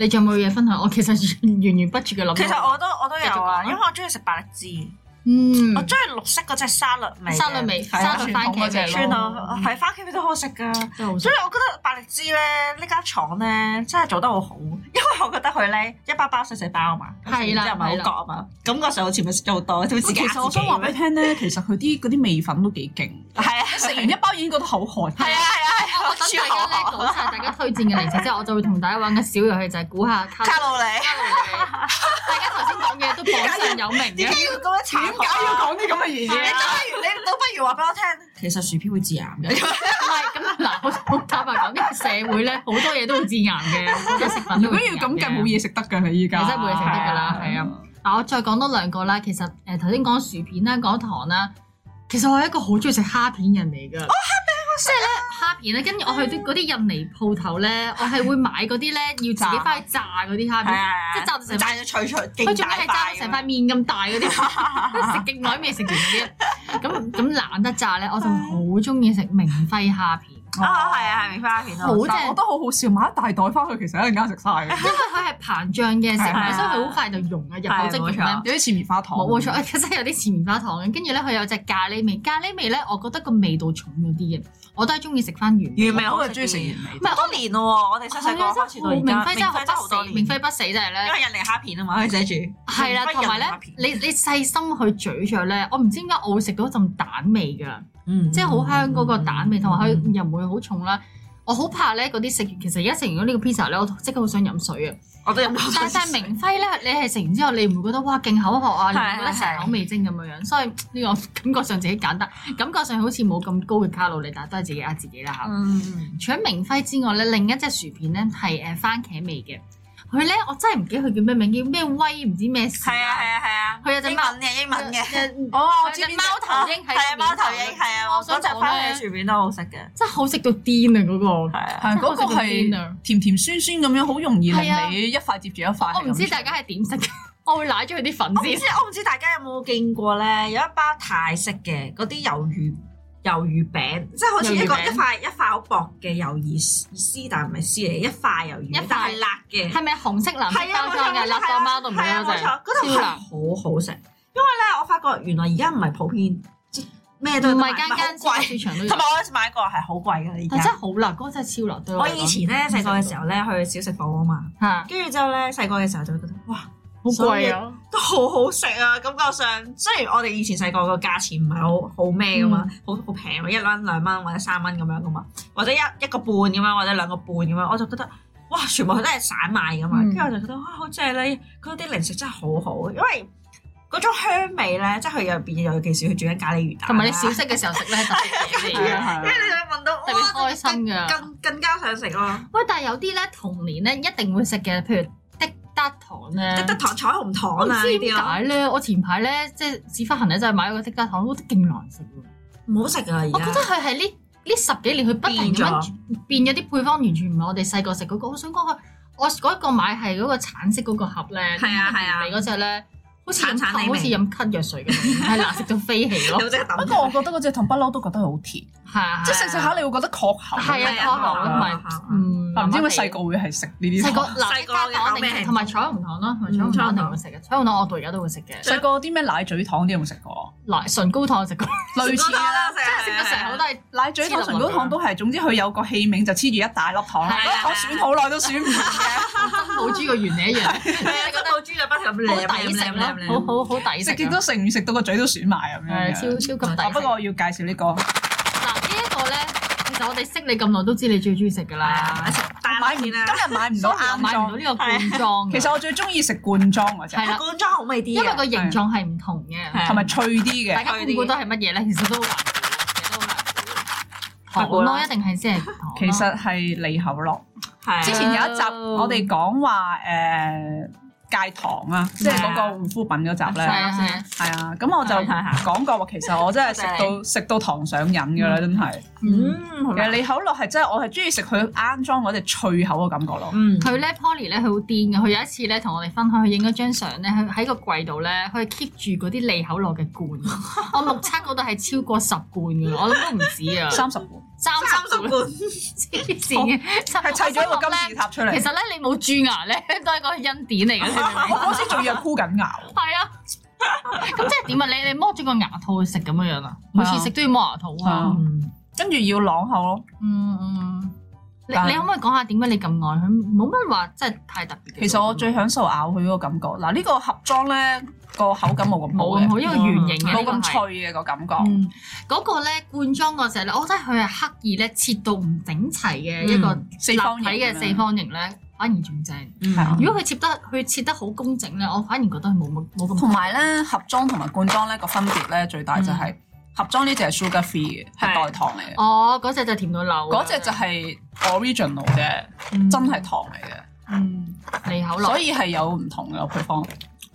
[SPEAKER 1] 你仲有冇嘢分享？我其實 源源源不絕嘅諗。
[SPEAKER 2] 其實我都我都
[SPEAKER 1] 啊繼續
[SPEAKER 2] 有
[SPEAKER 1] 講啊
[SPEAKER 2] 啊，因為我中意食白栗子。
[SPEAKER 1] 嗯
[SPEAKER 2] 我，中意綠色嗰只沙律味嘅，
[SPEAKER 1] 沙律味、
[SPEAKER 3] 係
[SPEAKER 1] 沙
[SPEAKER 3] 啊
[SPEAKER 1] 律番茄
[SPEAKER 3] 傳統嗰隻
[SPEAKER 1] 味
[SPEAKER 2] 酸啊，係番茄味都好食噶。
[SPEAKER 1] 真係好食
[SPEAKER 2] 所以。我覺得百力滋咧呢間廠咧真係做得好好，因為我覺得佢咧一包包細細包啊嘛，
[SPEAKER 1] 係啦
[SPEAKER 2] 然之後咪好覺啊嘛，感覺上好似咪食咗好多，好似自己
[SPEAKER 3] 哦其實我想話俾你聽咧，其實佢啲嗰啲味粉都幾勁，
[SPEAKER 2] 係啊
[SPEAKER 3] 食完一包已經覺得口渴。
[SPEAKER 2] 係啊係啊係啊，
[SPEAKER 1] 我等大家咧
[SPEAKER 2] 超好
[SPEAKER 1] 講晒大家推薦 嘅零食之後，我就會同大家玩個小遊戲，就係估下卡啊
[SPEAKER 2] 卡路里
[SPEAKER 1] 大家頭先講嘢都榜上有名
[SPEAKER 2] 點
[SPEAKER 1] 嘅。
[SPEAKER 2] 解要咁樣殘酷啊？
[SPEAKER 3] 講啲咁嘅嘢
[SPEAKER 2] 你都不如你都不如話俾我聽，其實薯片會致癌嘅。
[SPEAKER 1] 唔啊係咁嗱，我我坦白講，呢個社會咧好多嘢都會致癌嘅，好多食品
[SPEAKER 3] 如
[SPEAKER 1] 都
[SPEAKER 3] 果
[SPEAKER 1] 會
[SPEAKER 3] 要咁
[SPEAKER 1] 致
[SPEAKER 3] 計，
[SPEAKER 1] 癌嘅
[SPEAKER 3] 冇。嘢食得㗎嗯你依家，
[SPEAKER 1] 係真係冇嘢食得㗎啦
[SPEAKER 3] 係
[SPEAKER 1] 係啊。嗱，我再講多兩個啦。其實誒頭先講薯片啦，講糖啦，其實我係一個好中意食蝦片人嚟㗎。哦，蝦片我食即係
[SPEAKER 3] 啊
[SPEAKER 1] 咧蝦片咧，跟住我去啲嗰啲印尼鋪頭咧，我係會買嗰啲咧要自己翻去炸嗰啲蝦
[SPEAKER 2] 係
[SPEAKER 1] 片，
[SPEAKER 2] 啊，
[SPEAKER 1] 即係炸到成塊
[SPEAKER 2] 炸到脆脆，
[SPEAKER 1] 佢
[SPEAKER 2] 勁
[SPEAKER 1] 仲
[SPEAKER 2] 大
[SPEAKER 1] 要係炸到
[SPEAKER 2] 塊啊
[SPEAKER 1] 成塊面咁大嗰
[SPEAKER 2] 咁樣。
[SPEAKER 1] 啲，食勁耐都未食完嗰啲。咁咁懶得炸咧，我就好中意食明輝蝦片。
[SPEAKER 2] 啊，係啊，係明花片啊
[SPEAKER 1] 好
[SPEAKER 3] 好
[SPEAKER 1] 正
[SPEAKER 3] 正，我都好好笑，買一大袋翻去，其實一陣間食晒嘅，
[SPEAKER 1] 因為佢係膨脹嘅食
[SPEAKER 3] 係
[SPEAKER 1] 物，所以佢好快就溶啊，入口即溶
[SPEAKER 2] 係冇
[SPEAKER 1] 咧
[SPEAKER 2] 錯。嗯
[SPEAKER 3] 有啲似棉花糖。
[SPEAKER 1] 冇冇錯，真係有啲似棉花糖嘅。跟住咧，佢有隻咖喱味，咖喱味咧，我覺得個味道重咗啲嘅，我都係中意食翻原
[SPEAKER 2] 原味
[SPEAKER 3] 我
[SPEAKER 2] 好
[SPEAKER 3] 係中意食原味。
[SPEAKER 1] 唔係
[SPEAKER 2] 好多年咯喎，我哋細細
[SPEAKER 1] 係啊
[SPEAKER 2] 個開始
[SPEAKER 1] 真
[SPEAKER 2] 到
[SPEAKER 1] 係明輝
[SPEAKER 2] 而
[SPEAKER 1] 真
[SPEAKER 2] 家，明輝真
[SPEAKER 1] 係
[SPEAKER 2] 係好
[SPEAKER 1] 好不
[SPEAKER 2] 多
[SPEAKER 1] 死，
[SPEAKER 2] 年，
[SPEAKER 1] 明輝不死真係
[SPEAKER 2] 因
[SPEAKER 1] 咧。
[SPEAKER 2] 為印尼蝦片啊嘛，佢寫住
[SPEAKER 1] 係啦，
[SPEAKER 2] 明輝
[SPEAKER 1] 同埋
[SPEAKER 2] 印尼
[SPEAKER 1] 咧
[SPEAKER 2] 蝦，片
[SPEAKER 1] 你你細心去咀嚼咧，我唔知點解我會食到一陣蛋味㗎，哎即係好
[SPEAKER 3] 嗯
[SPEAKER 1] 香嗰個蛋味，同埋佢又唔會好重啦。我好怕咧嗰啲食完，其實而家食完咗呢個 pizza 咧，我即刻好想飲水啊！
[SPEAKER 2] 我都飲咗。
[SPEAKER 1] 但但明輝咧，你係食完之後，你唔會覺得哇勁口渴啊，你唔會覺得
[SPEAKER 2] 係係
[SPEAKER 1] 成口味精咁樣樣，所以呢個感覺上自己簡單，感覺上好似冇咁高嘅卡路里，但係都係自己呃自己啦嚇。
[SPEAKER 2] 嗯，
[SPEAKER 1] 除咗明輝之外咧，另一隻薯片咧係誒番茄味嘅，佢咧我真係唔記得佢叫咩名，叫咩威唔知咩事
[SPEAKER 2] 係啊，係啊，係啊，
[SPEAKER 1] 佢有隻
[SPEAKER 2] 英
[SPEAKER 1] 貓
[SPEAKER 2] 文嘅英文嘅。
[SPEAKER 1] 嘅，
[SPEAKER 3] 哦，
[SPEAKER 1] 我
[SPEAKER 3] 我知
[SPEAKER 1] 隻
[SPEAKER 3] 邊
[SPEAKER 1] 貓
[SPEAKER 3] 隻
[SPEAKER 1] 頭鷹喺
[SPEAKER 2] 係啊，貓頭鷹係啊，
[SPEAKER 1] 我
[SPEAKER 2] 我嗰
[SPEAKER 1] 想
[SPEAKER 2] 隻
[SPEAKER 1] 講
[SPEAKER 2] 番茄
[SPEAKER 1] 咧，
[SPEAKER 2] 薯片都好食嘅，
[SPEAKER 1] 真係好食到癲啊嗰個！
[SPEAKER 2] 係啊，
[SPEAKER 3] 嗯係嗰個
[SPEAKER 1] 真係好食到癲啊
[SPEAKER 3] 係甜甜酸酸咁樣，好容易
[SPEAKER 1] 係啊
[SPEAKER 3] 令你一塊接住一塊。
[SPEAKER 1] 我唔知大家係點食嘅， 我會舐咗佢啲粉
[SPEAKER 2] 我唔
[SPEAKER 1] 先
[SPEAKER 2] 知。我唔知大家有冇見過咧，有一包泰式嘅嗰啲魷魚魷魚餅，即係好似一個
[SPEAKER 1] 魷魚
[SPEAKER 2] 一
[SPEAKER 1] 餅
[SPEAKER 2] 塊一塊好薄嘅魷魚絲，但唔係絲嚟，一塊魷魚
[SPEAKER 1] 一塊
[SPEAKER 2] 餅，但係辣嘅。
[SPEAKER 1] 係咪紅色藍色
[SPEAKER 2] 係啊，
[SPEAKER 1] 包
[SPEAKER 2] 冇
[SPEAKER 1] 裝
[SPEAKER 2] 錯
[SPEAKER 1] 嘅
[SPEAKER 2] 冇
[SPEAKER 1] 辣
[SPEAKER 2] 錯，
[SPEAKER 1] 到貓都唔記得
[SPEAKER 2] 係啊冇
[SPEAKER 1] 嗰隻？
[SPEAKER 2] 錯，嗰度係
[SPEAKER 1] 超辣
[SPEAKER 2] 好好食。因為咧，我發覺原來而家唔係普遍，即係咩都
[SPEAKER 1] 唔
[SPEAKER 2] 係啊
[SPEAKER 1] 係間間超
[SPEAKER 2] 貴，
[SPEAKER 1] 市場都有
[SPEAKER 2] 同埋，我有次買過係好貴嘅啦。而
[SPEAKER 1] 但真
[SPEAKER 2] 家
[SPEAKER 1] 嗯係好辣，嗰個真係超辣。對
[SPEAKER 2] 我
[SPEAKER 1] 嚟講
[SPEAKER 2] 以前咧細個嘅時候咧去小食部啊嘛，
[SPEAKER 1] 嚇
[SPEAKER 2] 跟住之後咧細個嘅時候就會覺得哇
[SPEAKER 1] 好貴啊，
[SPEAKER 2] 都好好食啊！感覺上雖然我哋以前細個個價錢唔係好好咩噶嘛，
[SPEAKER 1] 嗯
[SPEAKER 2] 好好平啊，一蚊兩蚊或者三蚊咁樣噶嘛，或者一一個半咁樣或者兩個半咁樣，我就覺得哇，全部都係散賣噶嘛，
[SPEAKER 1] 嗯
[SPEAKER 2] 跟住、我就覺得哇，好正啊咧！嗰啲零食真係好好，因為嗰種香味咧，即係佢入邊尤其是佢煮緊咖喱魚蛋啦，啊
[SPEAKER 1] 同埋你小息嘅時候食咧特別
[SPEAKER 3] 係
[SPEAKER 1] 嘅，
[SPEAKER 3] 啊
[SPEAKER 2] 因為你就聞到哇
[SPEAKER 1] 特別開心㗎。
[SPEAKER 2] 更更加想食咯，
[SPEAKER 1] 喂，但係有啲咧童年咧一定會食嘅，譬如滴得糖咧
[SPEAKER 2] 即。得糖彩虹糖
[SPEAKER 1] 我唔
[SPEAKER 2] 啊呢
[SPEAKER 1] 知
[SPEAKER 2] 啲
[SPEAKER 1] 點
[SPEAKER 2] 咯，
[SPEAKER 1] 解咧，我前排咧即係屎忽痕咧，就係買咗個滴得糖，我覺得勁難食喎。
[SPEAKER 2] 唔好食啊而
[SPEAKER 1] 我覺得
[SPEAKER 2] 家。
[SPEAKER 1] 佢係呢呢十幾年佢不停咁樣變咗啲配方，完全唔係我哋細個食嗰個。我想講佢，我嗰個買係嗰個橙色嗰個盒咧，
[SPEAKER 2] 係啊係啊
[SPEAKER 1] 你嗰只咧，好似飲
[SPEAKER 2] 橙橙地味
[SPEAKER 1] 好似飲咳藥水咁，係難食到飛起咯。
[SPEAKER 2] 有隻
[SPEAKER 3] 不
[SPEAKER 2] 抌
[SPEAKER 3] 過我覺得嗰只糖不嬲都覺得佢好甜，
[SPEAKER 1] 係啊
[SPEAKER 3] 即係食食下你會覺得確口。
[SPEAKER 1] 係啊，
[SPEAKER 2] 係啊
[SPEAKER 1] 確喉同埋
[SPEAKER 2] 確喉
[SPEAKER 1] 嗯，
[SPEAKER 3] 唔知點
[SPEAKER 1] 點
[SPEAKER 3] 解細個會係食呢啲
[SPEAKER 1] 細個
[SPEAKER 3] 糖。
[SPEAKER 1] 嗱，
[SPEAKER 2] 細個
[SPEAKER 1] 加
[SPEAKER 2] 嘅嗯
[SPEAKER 1] 糖
[SPEAKER 2] 口
[SPEAKER 1] 一
[SPEAKER 2] 味
[SPEAKER 1] 定
[SPEAKER 2] 係
[SPEAKER 1] 同埋彩虹糖啦，同埋彩虹糖一定會食嘅。彩虹糖我到而家都會食嘅。
[SPEAKER 3] 細個啲咩奶嘴糖啲有冇食過？
[SPEAKER 1] 嗱，唇膏糖我食 過，
[SPEAKER 3] 類似
[SPEAKER 2] 啦
[SPEAKER 3] 啦，，
[SPEAKER 2] 真
[SPEAKER 1] 食到成口都係。
[SPEAKER 3] 奶嘴糖、唇膏糖都係，總之佢有個器皿就黐住一大粒糖啦。
[SPEAKER 2] 係啊
[SPEAKER 3] 嗰我選好耐都選唔完嘅，
[SPEAKER 1] 冇豬個原理一樣，
[SPEAKER 2] 係個啊到豬就不停咁舐
[SPEAKER 1] 好抵食咯，好好好抵食
[SPEAKER 3] 食
[SPEAKER 1] 啊。
[SPEAKER 3] 極都食完，食到個嘴都選埋咁
[SPEAKER 1] 係
[SPEAKER 3] 樣
[SPEAKER 1] 超
[SPEAKER 3] 嘅。
[SPEAKER 1] 超級抵
[SPEAKER 3] 啊
[SPEAKER 1] 食。
[SPEAKER 3] 不過我要介紹呢個，
[SPEAKER 1] 嗱呢一個咧，其實我哋識你咁耐都知你最中意食㗎啦，
[SPEAKER 3] 買
[SPEAKER 2] 但買
[SPEAKER 3] 唔今
[SPEAKER 2] 面啊，
[SPEAKER 3] 日買 唔到
[SPEAKER 1] 我
[SPEAKER 3] 啱
[SPEAKER 1] 買唔到
[SPEAKER 3] 裝。啊
[SPEAKER 1] 呢個罐裝㗎。
[SPEAKER 3] 其實我最啊中意食罐裝嗰只，
[SPEAKER 1] 係啦，
[SPEAKER 2] 罐裝好味啲，
[SPEAKER 1] 因為個形狀係唔同嘅，
[SPEAKER 2] 係
[SPEAKER 3] 同埋脆啲嘅
[SPEAKER 1] 大。家估唔估到係乜嘢咧？其實都好難估，其實都好難估。糖
[SPEAKER 3] 不過
[SPEAKER 1] 咯，
[SPEAKER 3] 啦
[SPEAKER 1] 一定係先係糖。
[SPEAKER 3] 啊其實係利口樂。
[SPEAKER 2] 係
[SPEAKER 3] 之前有一集我哋講話誒戒糖啊，即係嗰個護膚品嗰集
[SPEAKER 1] 係
[SPEAKER 3] 咧，
[SPEAKER 1] 啊係啊，
[SPEAKER 3] 係啊，咁我就
[SPEAKER 2] 係係係
[SPEAKER 3] 講過話，其實我真係食到食到糖上癮㗎啦，真係。
[SPEAKER 1] 嗯。
[SPEAKER 2] 嗯，
[SPEAKER 3] 其實利口樂係真係我係中意食佢啱裝嗰隻脆口嘅感覺咯。
[SPEAKER 2] 嗯
[SPEAKER 1] 佢咧 Poly 咧，佢好癲嘅。佢有一次咧，同我哋分享，佢影咗張相咧，佢喺個櫃度咧，佢 keep 住嗰啲利口樂嘅 罐。我目測嗰度係超過十罐嘅，我諗都唔止啊，
[SPEAKER 3] 三十罐，
[SPEAKER 1] 三
[SPEAKER 2] 三
[SPEAKER 1] 十
[SPEAKER 2] 十
[SPEAKER 1] 罐
[SPEAKER 2] 罐，
[SPEAKER 1] 黐線嘅。
[SPEAKER 3] 係砌咗一個金字塔出
[SPEAKER 1] 其
[SPEAKER 3] 嚟。
[SPEAKER 1] 實咧，你冇蛀牙咧， 都係個恩典嚟嘅，你明唔 明
[SPEAKER 3] 我嗰時仲要係箍緊牙喎，
[SPEAKER 1] 係啊，咁即係點啊？你你剝咗個牙套去食咁樣樣啊？每次食都要剝牙套
[SPEAKER 3] 係
[SPEAKER 1] 啊
[SPEAKER 3] 啊！跟住要啷口咯。
[SPEAKER 1] 嗯嗯，你
[SPEAKER 3] 但
[SPEAKER 1] 你可唔可以講下點解你咁愛佢？冇乜話真係太特別嘅。
[SPEAKER 3] 其實我最享受咬佢嗰個感覺。嗱，呢個盒裝咧個口感冇咁好
[SPEAKER 1] 冇
[SPEAKER 3] 嘅嗯
[SPEAKER 1] 咁，好，因為圓形嘅，
[SPEAKER 3] 冇咁。脆嘅個感覺。
[SPEAKER 1] 嗯，嗰個咧罐裝嗰只咧，我覺得佢係刻意咧切到唔整齊嘅一個
[SPEAKER 3] 嗯四方
[SPEAKER 1] 立
[SPEAKER 3] 形
[SPEAKER 1] 體嘅
[SPEAKER 3] 咁樣
[SPEAKER 1] 四方形咧，反而仲正。
[SPEAKER 3] 係啊
[SPEAKER 1] 如果佢切得佢切得好工整咧，我反而覺得佢冇冇冇咁
[SPEAKER 3] 同埋咧盒裝同埋罐裝咧個分別咧最大就係
[SPEAKER 1] 嗯
[SPEAKER 3] 盒裝呢只係 sugar free 嘅，係
[SPEAKER 2] 係
[SPEAKER 3] 代糖嚟嘅。
[SPEAKER 1] 哦，嗰只就甜到流啊，
[SPEAKER 3] 嗰只就係 original 嘅，
[SPEAKER 1] 嗯
[SPEAKER 3] 真係糖嚟嘅，
[SPEAKER 1] 嗯利口樂
[SPEAKER 3] 所，以係有唔同嘅配方。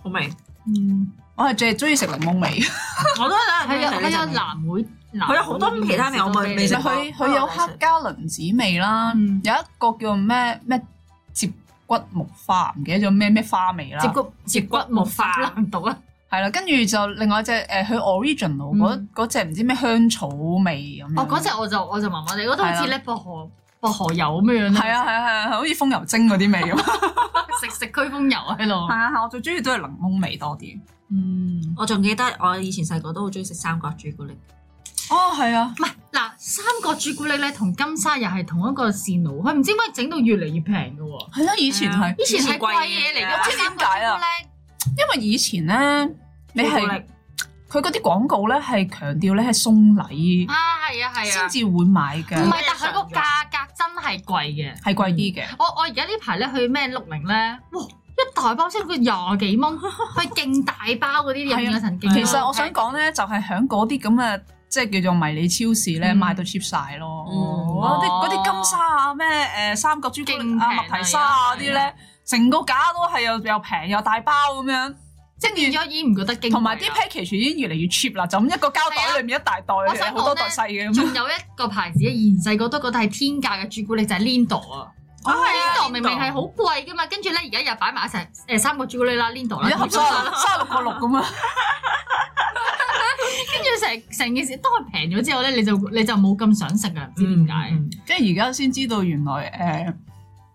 [SPEAKER 2] 好明，
[SPEAKER 1] 嗯
[SPEAKER 3] 我係最中意食檸檬味，
[SPEAKER 2] 我都
[SPEAKER 1] 係
[SPEAKER 2] 係
[SPEAKER 1] 啊，佢有
[SPEAKER 2] 有
[SPEAKER 1] 藍莓，藍
[SPEAKER 2] 佢有好多其他味我未未
[SPEAKER 3] 其
[SPEAKER 2] 食
[SPEAKER 3] 實
[SPEAKER 2] 過
[SPEAKER 3] 佢佢有黑加崙子味啦，
[SPEAKER 1] 嗯
[SPEAKER 3] 有一個叫咩咩接骨木花，唔記得咗咩咩花味啦
[SPEAKER 1] 接。骨接骨木法難度啊，
[SPEAKER 3] 係啦，跟住就另外一隻誒，佢 original
[SPEAKER 1] 嗯
[SPEAKER 3] 嗰嗰只唔知咩香草味咁樣。
[SPEAKER 1] 哦嗰只我就我就麻麻地，覺得好
[SPEAKER 3] 係啊
[SPEAKER 1] 似咧薄荷薄荷油咁樣咧，
[SPEAKER 3] 係啊係啊係啊，好似風油精嗰啲味咁。
[SPEAKER 1] 食食驅風油喺
[SPEAKER 3] 係
[SPEAKER 1] 度，
[SPEAKER 3] 啊，係我最中意都係檸檬味多啲。
[SPEAKER 1] 嗯。
[SPEAKER 2] 我仲記得我以前細個都好中意食三角朱古力，
[SPEAKER 3] 哦，係啊，
[SPEAKER 1] 唔係嗱，三角朱古力咧同金沙又係同一個線路，佢唔知點解整到越嚟越平嘅喎。
[SPEAKER 3] 係啊，以前
[SPEAKER 2] 係啊
[SPEAKER 3] 係，
[SPEAKER 1] 以前係貴嘢嚟嘅，
[SPEAKER 3] 唔知點解啊
[SPEAKER 1] 三
[SPEAKER 3] 因為以前咧，你
[SPEAKER 2] 朱古
[SPEAKER 3] 係
[SPEAKER 2] 力
[SPEAKER 3] 佢嗰啲廣告咧係強調咧係送禮
[SPEAKER 1] 角朱古力啊，係啊係
[SPEAKER 3] 先
[SPEAKER 1] 啊，
[SPEAKER 3] 至會買
[SPEAKER 1] 唔
[SPEAKER 3] 嘅，
[SPEAKER 1] 係，但佢個價格真係貴嘅。
[SPEAKER 3] 係貴啲嘅。
[SPEAKER 1] 我我而家呢排咧去咩六零咧，哇！一大包先佢廿幾蚊，佢勁大包嗰啲
[SPEAKER 3] 係
[SPEAKER 1] 飲
[SPEAKER 3] 啊
[SPEAKER 1] 嘅神經。
[SPEAKER 3] 其實我想講咧，就係喺嗰啲咁嘅，即係叫做迷你超市咧，
[SPEAKER 1] 嗯哦
[SPEAKER 3] 賣到 cheap 晒咯。
[SPEAKER 2] 嗯
[SPEAKER 3] 嗰啲嗰啲金沙啊，咩誒三角朱古力啊、
[SPEAKER 1] 勁平啊
[SPEAKER 3] 麥提沙啊嗰啲
[SPEAKER 1] 而家
[SPEAKER 3] 咧，成個架都係又又平又大包咁樣，
[SPEAKER 1] 即係變咗已經唔覺得驚。
[SPEAKER 3] 同埋啲 package 已經越嚟越 cheap 啦，就咁一個膠
[SPEAKER 1] 係啊
[SPEAKER 3] 袋裏面一大袋，
[SPEAKER 1] 我想講呢
[SPEAKER 3] 好多袋細嘅咁
[SPEAKER 1] 仲
[SPEAKER 3] 樣。
[SPEAKER 1] 有一個牌子，以前細個都覺得係天價嘅朱古力就係 Lindo 啊。
[SPEAKER 3] 哦
[SPEAKER 1] 呢度明明係
[SPEAKER 2] 係
[SPEAKER 1] 好貴噶嘛，跟住咧而家又擺埋一齊誒三個朱古力啦，呢度啦，
[SPEAKER 3] 而家合
[SPEAKER 1] 跟住
[SPEAKER 3] 三三六個六咁啊！
[SPEAKER 1] 成成件事，當佢平咗之後咧，你就你就冇咁想食啊，唔知點解？
[SPEAKER 3] 跟住而家先知道原來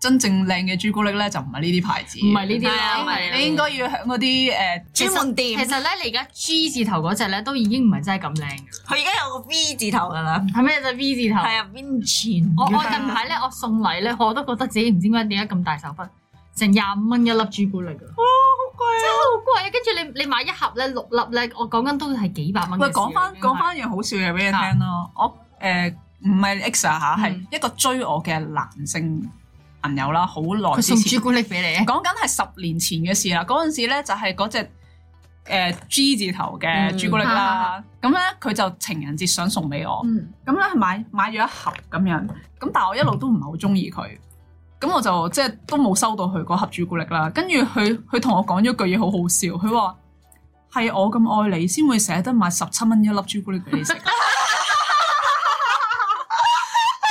[SPEAKER 3] 誒真正靚嘅朱古力咧就唔係呢啲牌子，
[SPEAKER 1] 唔係呢啲
[SPEAKER 2] 係
[SPEAKER 1] 啦，
[SPEAKER 2] 啊
[SPEAKER 1] 因為
[SPEAKER 3] 嗯你應該要喺嗰啲誒
[SPEAKER 1] 其實
[SPEAKER 2] 專
[SPEAKER 1] 其
[SPEAKER 2] 門店，
[SPEAKER 1] 實咧，你而家 G 字頭嗰只咧都已經唔係真係咁靚嘅啦，
[SPEAKER 2] 佢而家有個 V 字頭噶啦，
[SPEAKER 1] 係咩就 V 字頭？
[SPEAKER 2] 係啊 Vincent，
[SPEAKER 1] 我我近排咧，我送禮咧，我都覺得自己唔知點解點解咁大手筆，成廿五蚊一粒朱古力㗎，好
[SPEAKER 2] 好
[SPEAKER 1] 貴啊！跟住你你買一盒咧六粒咧，我講緊都係幾百蚊嘅事嚟
[SPEAKER 3] 喂，
[SPEAKER 1] 嘅。
[SPEAKER 3] 講翻講翻樣好笑嘅俾你聽咯。我誒唔係 X 啊嚇，係
[SPEAKER 1] 嗯
[SPEAKER 3] 一個追我嘅男性朋友啦，好耐
[SPEAKER 1] 佢
[SPEAKER 3] 之
[SPEAKER 1] 送
[SPEAKER 3] 前
[SPEAKER 1] 朱，古力俾你啊，
[SPEAKER 3] 講緊係十年前嘅事啦。嗰陣時咧就係嗰只誒 G 字頭嘅
[SPEAKER 2] 嗯
[SPEAKER 3] 朱古力啦。咁咧佢就情人節想送俾我，
[SPEAKER 1] 嗯，
[SPEAKER 3] 咁咧買買咗一盒咁樣。咁但係我一路都唔係好中意佢。咁我就即係都冇收到佢嗰盒朱古力啦。跟住佢佢同我講咗句嘢好好笑，佢話係我咁愛你先會捨得買十七蚊一粒朱古力俾你食。真係覺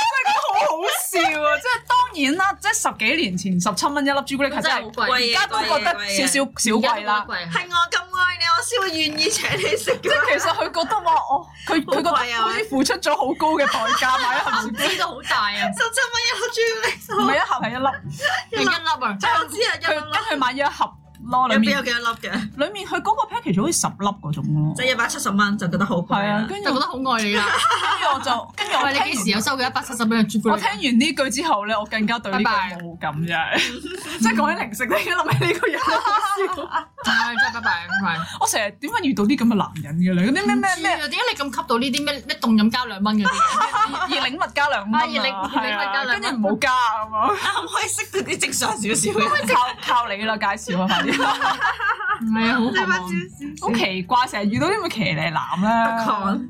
[SPEAKER 3] 得好好笑啊！即係當然啦，即係十幾年前十七蚊一粒朱古力係真
[SPEAKER 1] 真係
[SPEAKER 3] 係
[SPEAKER 1] 好貴
[SPEAKER 2] 貴
[SPEAKER 3] 而家都覺得少少少貴
[SPEAKER 1] 而家都好
[SPEAKER 3] 啦。
[SPEAKER 1] 貴啊
[SPEAKER 2] 係我咁愛你，我先會願意請你食
[SPEAKER 3] 即係其實佢覺得話我佢佢覺得
[SPEAKER 2] 好貴啊
[SPEAKER 3] 好似付出咗好高嘅代價買 一盒朱古
[SPEAKER 1] 知道好大啊，
[SPEAKER 2] 十七
[SPEAKER 3] 力，唔
[SPEAKER 2] 蚊
[SPEAKER 3] 係
[SPEAKER 2] 一粒
[SPEAKER 3] 一盒係一粒，
[SPEAKER 1] 係一粒啊，
[SPEAKER 2] 朱古力，我知啊，
[SPEAKER 3] 佢
[SPEAKER 2] 一
[SPEAKER 3] 跟佢買咗一盒咯，裏
[SPEAKER 2] 粒粒
[SPEAKER 3] 面
[SPEAKER 2] 入邊有幾多粒嘅？
[SPEAKER 3] 裏面佢嗰個 package 好似十粒嗰種咯，
[SPEAKER 2] 即係一百七十蚊就覺得好貴
[SPEAKER 3] 係啊，
[SPEAKER 2] 啦。
[SPEAKER 3] 跟住
[SPEAKER 1] 就覺得好愛你啦。
[SPEAKER 3] 跟住 我就跟住我
[SPEAKER 1] 喂，你幾時
[SPEAKER 3] 聽
[SPEAKER 1] 有收過一百七十蚊嘅朱古
[SPEAKER 3] 完，我
[SPEAKER 1] 力
[SPEAKER 3] 聽？完呢句之後咧，我更加對呢個
[SPEAKER 1] 拜拜
[SPEAKER 3] 冇感啫， 即係講起零食，突然間諗起呢個人好笑，
[SPEAKER 1] 唉，真係拜拜，拜拜。
[SPEAKER 3] 我成日點解遇到啲咁嘅男人嘅咧？嗰啲咩咩
[SPEAKER 1] 知啊
[SPEAKER 3] 咩
[SPEAKER 1] 點解你咁吸到呢啲咩咩凍飲加兩蚊嗰啲？
[SPEAKER 3] 二零物加兩蚊啊
[SPEAKER 1] 啊二零
[SPEAKER 3] 係啊
[SPEAKER 1] 二零物加兩蚊
[SPEAKER 3] 跟住唔好加啊 咁啊，
[SPEAKER 2] 可唔可以識到啲正常少少嘅？
[SPEAKER 3] 靠靠你啦，介紹啊快啲，
[SPEAKER 1] 唔係啊，好
[SPEAKER 2] 一百
[SPEAKER 1] 渴望
[SPEAKER 3] 好奇怪，成日遇到啲咁嘅騎呢
[SPEAKER 2] 特
[SPEAKER 3] 男咧，
[SPEAKER 2] 汗，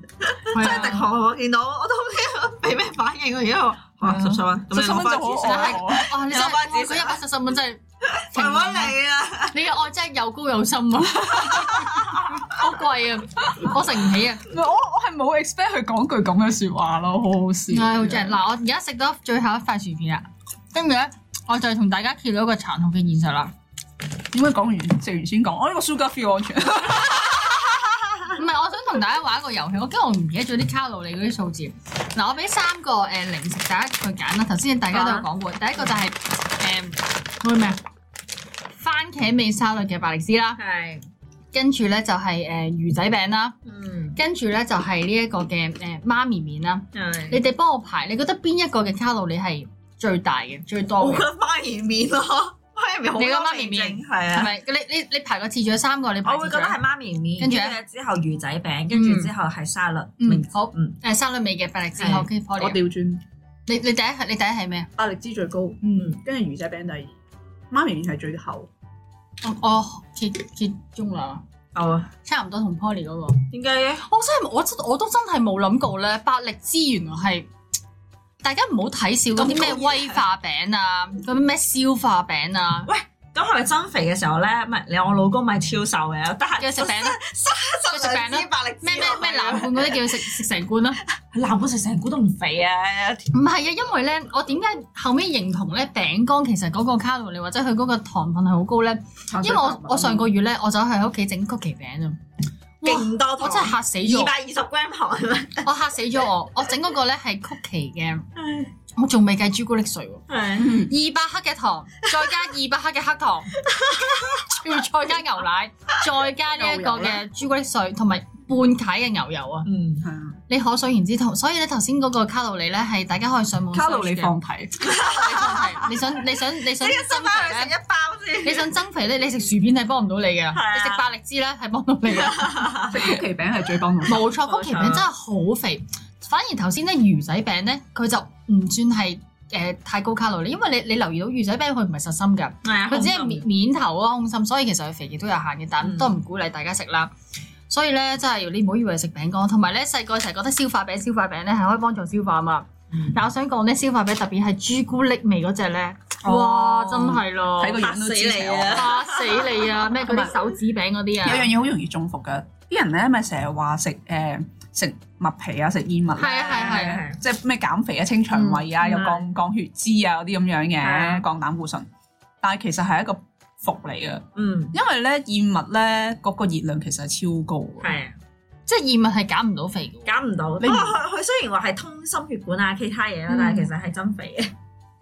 [SPEAKER 2] 真
[SPEAKER 1] à.
[SPEAKER 2] 係特汗！我見到我都唔知佢俾咩反應啊！而家我哇十七蚊，
[SPEAKER 3] 十七蚊就好
[SPEAKER 2] 愛，
[SPEAKER 3] 惡我。
[SPEAKER 1] 哇！你真
[SPEAKER 2] 有班
[SPEAKER 1] 係
[SPEAKER 2] 自己
[SPEAKER 1] 嗰一百七十蚊真係
[SPEAKER 2] 我
[SPEAKER 1] 停唔落
[SPEAKER 2] 揾你啊！
[SPEAKER 1] 你嘅愛真係又高又深啊！ 好貴啊！我食唔起啊！
[SPEAKER 3] 唔係我我係冇 expect 佢講句咁嘅説話咯，好好笑。
[SPEAKER 1] 唉，好正！啊嗱，我而家食到最後一塊薯片啦，跟住咧，我就同大家揭露一個殘酷嘅現實啦。
[SPEAKER 3] 點解講完食完先講？我哦呢個 sugar free 安全。
[SPEAKER 1] 唔係，我想同大家玩一個遊戲，我驚我唔記得咗啲卡路里嗰啲數字。嗱，我俾三個誒、呃零食大家去揀啦。頭先大家都有講過，第一個就係、誒嗰個咩啊番茄味沙律嘅百力滋啦，
[SPEAKER 2] 係，
[SPEAKER 1] 跟住咧就係、誒、魚仔餅啦，
[SPEAKER 2] 嗯，
[SPEAKER 1] 跟住咧就係呢一個嘅誒、媽咪麵啦。
[SPEAKER 2] 係。
[SPEAKER 1] 你哋幫我排，你覺得邊一個嘅卡路里係最大嘅、最
[SPEAKER 2] 我
[SPEAKER 1] 多嘅？
[SPEAKER 2] 覺得媽咪面咯，媽咪面好
[SPEAKER 1] 你覺得
[SPEAKER 2] 多
[SPEAKER 1] 媽咪
[SPEAKER 2] 味
[SPEAKER 1] 面
[SPEAKER 2] 精，係
[SPEAKER 1] 係
[SPEAKER 2] 啊。
[SPEAKER 1] 咪？你你你排個次序三個，你排
[SPEAKER 2] 我
[SPEAKER 1] 次
[SPEAKER 2] 會
[SPEAKER 1] 序
[SPEAKER 2] 覺得係媽咪面，
[SPEAKER 1] 跟
[SPEAKER 2] 跟
[SPEAKER 1] 住
[SPEAKER 2] 住
[SPEAKER 1] 呢
[SPEAKER 2] 之後魚仔餅，跟住
[SPEAKER 1] 嗯
[SPEAKER 2] 之後係沙律
[SPEAKER 1] 嗯
[SPEAKER 2] 麵，
[SPEAKER 1] 好
[SPEAKER 2] 嗯
[SPEAKER 1] 誒沙律味嘅百力滋
[SPEAKER 2] 係
[SPEAKER 1] OK
[SPEAKER 3] 調轉，
[SPEAKER 1] 你你第一係你第一係咩啊？
[SPEAKER 3] 壓力脂最高，
[SPEAKER 1] 嗯，
[SPEAKER 3] 跟住魚仔餅第二。媽咪係最後。
[SPEAKER 1] 我我揭揭中啦，
[SPEAKER 2] 哦啊，
[SPEAKER 1] 差唔多同 Poly 嗰個。
[SPEAKER 2] 點解嘅？
[SPEAKER 1] 我真係我真我都真係冇諗過咧，百力滋原來係大家唔好睇少嗰啲咩威化餅啊，嗰啲咩消化餅啊，
[SPEAKER 2] 咁係咪增肥嘅時候咧？唔係你我老公咪超瘦嘅，得閒
[SPEAKER 1] 叫佢食餅啦，
[SPEAKER 2] 三
[SPEAKER 1] 食餅啦
[SPEAKER 2] 百力
[SPEAKER 1] 咩咩咩藍罐嗰啲叫佢食食成罐啊啦。
[SPEAKER 2] 男本食成股都唔肥啊！
[SPEAKER 1] 唔係啊，因為咧，我點解後尾認同咧餅乾其實嗰個卡路里或者佢嗰個糖分係好高咧？
[SPEAKER 3] 啊
[SPEAKER 1] 因為我我上個月咧，我走去屋企整曲奇餅啊，哇
[SPEAKER 2] 勁多糖
[SPEAKER 1] 我真係嚇死
[SPEAKER 2] 二
[SPEAKER 1] 咗
[SPEAKER 2] 百，二十 gram 糖係咪？
[SPEAKER 1] 我嚇死咗我，我整嗰個咧係曲奇嘅，我仲未計朱古力碎喎。
[SPEAKER 2] 係
[SPEAKER 3] 嗯
[SPEAKER 1] 二百克嘅糖，再加二百克嘅黑糖， 要再加牛奶，再加呢一個嘅朱古力碎，同埋半解嘅牛油啊！
[SPEAKER 2] 嗯，
[SPEAKER 3] 係啊，
[SPEAKER 1] 你可想而知，同所以咧頭先嗰個卡路里咧係大家可以上網
[SPEAKER 3] 卡路里
[SPEAKER 1] search 嘅
[SPEAKER 3] 放題，
[SPEAKER 1] 係你想你想你想
[SPEAKER 2] 即刻
[SPEAKER 1] 增
[SPEAKER 2] 塞翻去
[SPEAKER 1] 肥
[SPEAKER 2] 食
[SPEAKER 1] 咧，
[SPEAKER 2] 一包先。
[SPEAKER 1] 你想增肥咧，你食薯片係幫唔到你嘅，
[SPEAKER 2] 啊
[SPEAKER 1] 你食百力滋咧係幫到你嘅。
[SPEAKER 3] 食曲奇餅係最幫 到。
[SPEAKER 1] 冇錯，曲奇餅真係好肥。反而頭先咧魚仔餅咧，佢就唔算係誒、呃太高卡路里，因為你你留意到魚仔餅佢唔係實心㗎。
[SPEAKER 2] 係啊，
[SPEAKER 1] 佢只係面面頭啊空心，所以其實佢肥亦都有限嘅，但
[SPEAKER 2] 嗯
[SPEAKER 1] 都唔鼓勵大家食啦。所以咧，真係你唔好以為食餅乾，同埋咧細個成日覺得消化餅、消化餅咧係可以幫助消化啊嘛。
[SPEAKER 2] 嗯
[SPEAKER 1] 但我想講咧，消化餅特別係朱古力味嗰只咧， 哇
[SPEAKER 3] 哦，
[SPEAKER 1] 真係咯
[SPEAKER 3] 睇，個樣都知
[SPEAKER 2] 嚇死你啊
[SPEAKER 1] 嚇死你啊！ 咩嗰啲手指餅嗰啲
[SPEAKER 3] 有樣
[SPEAKER 1] 啊，
[SPEAKER 3] 嘢好容易中伏㗎，啲人咧咪成日話食誒食麥皮啊，食燕麥
[SPEAKER 1] 係啊係啊係
[SPEAKER 2] 啊
[SPEAKER 3] 咧，即係咩減肥啊、清腸胃啊、
[SPEAKER 2] 嗯
[SPEAKER 3] 又降降血脂啊嗰啲咁樣
[SPEAKER 2] 啊
[SPEAKER 3] 嘅，降膽固醇。但係其實係一個伏嚟嘅，
[SPEAKER 2] 嗯
[SPEAKER 3] 因為咧燕麥咧嗰個熱量其實係超高嘅。
[SPEAKER 2] 係啊，
[SPEAKER 1] 即係燕麥係減唔到肥嘅。
[SPEAKER 2] 減唔到。不
[SPEAKER 3] 你
[SPEAKER 2] 過佢佢雖然話係通心血管啊，其他嘢啦
[SPEAKER 1] 嗯，
[SPEAKER 2] 但係其實係增肥嘅。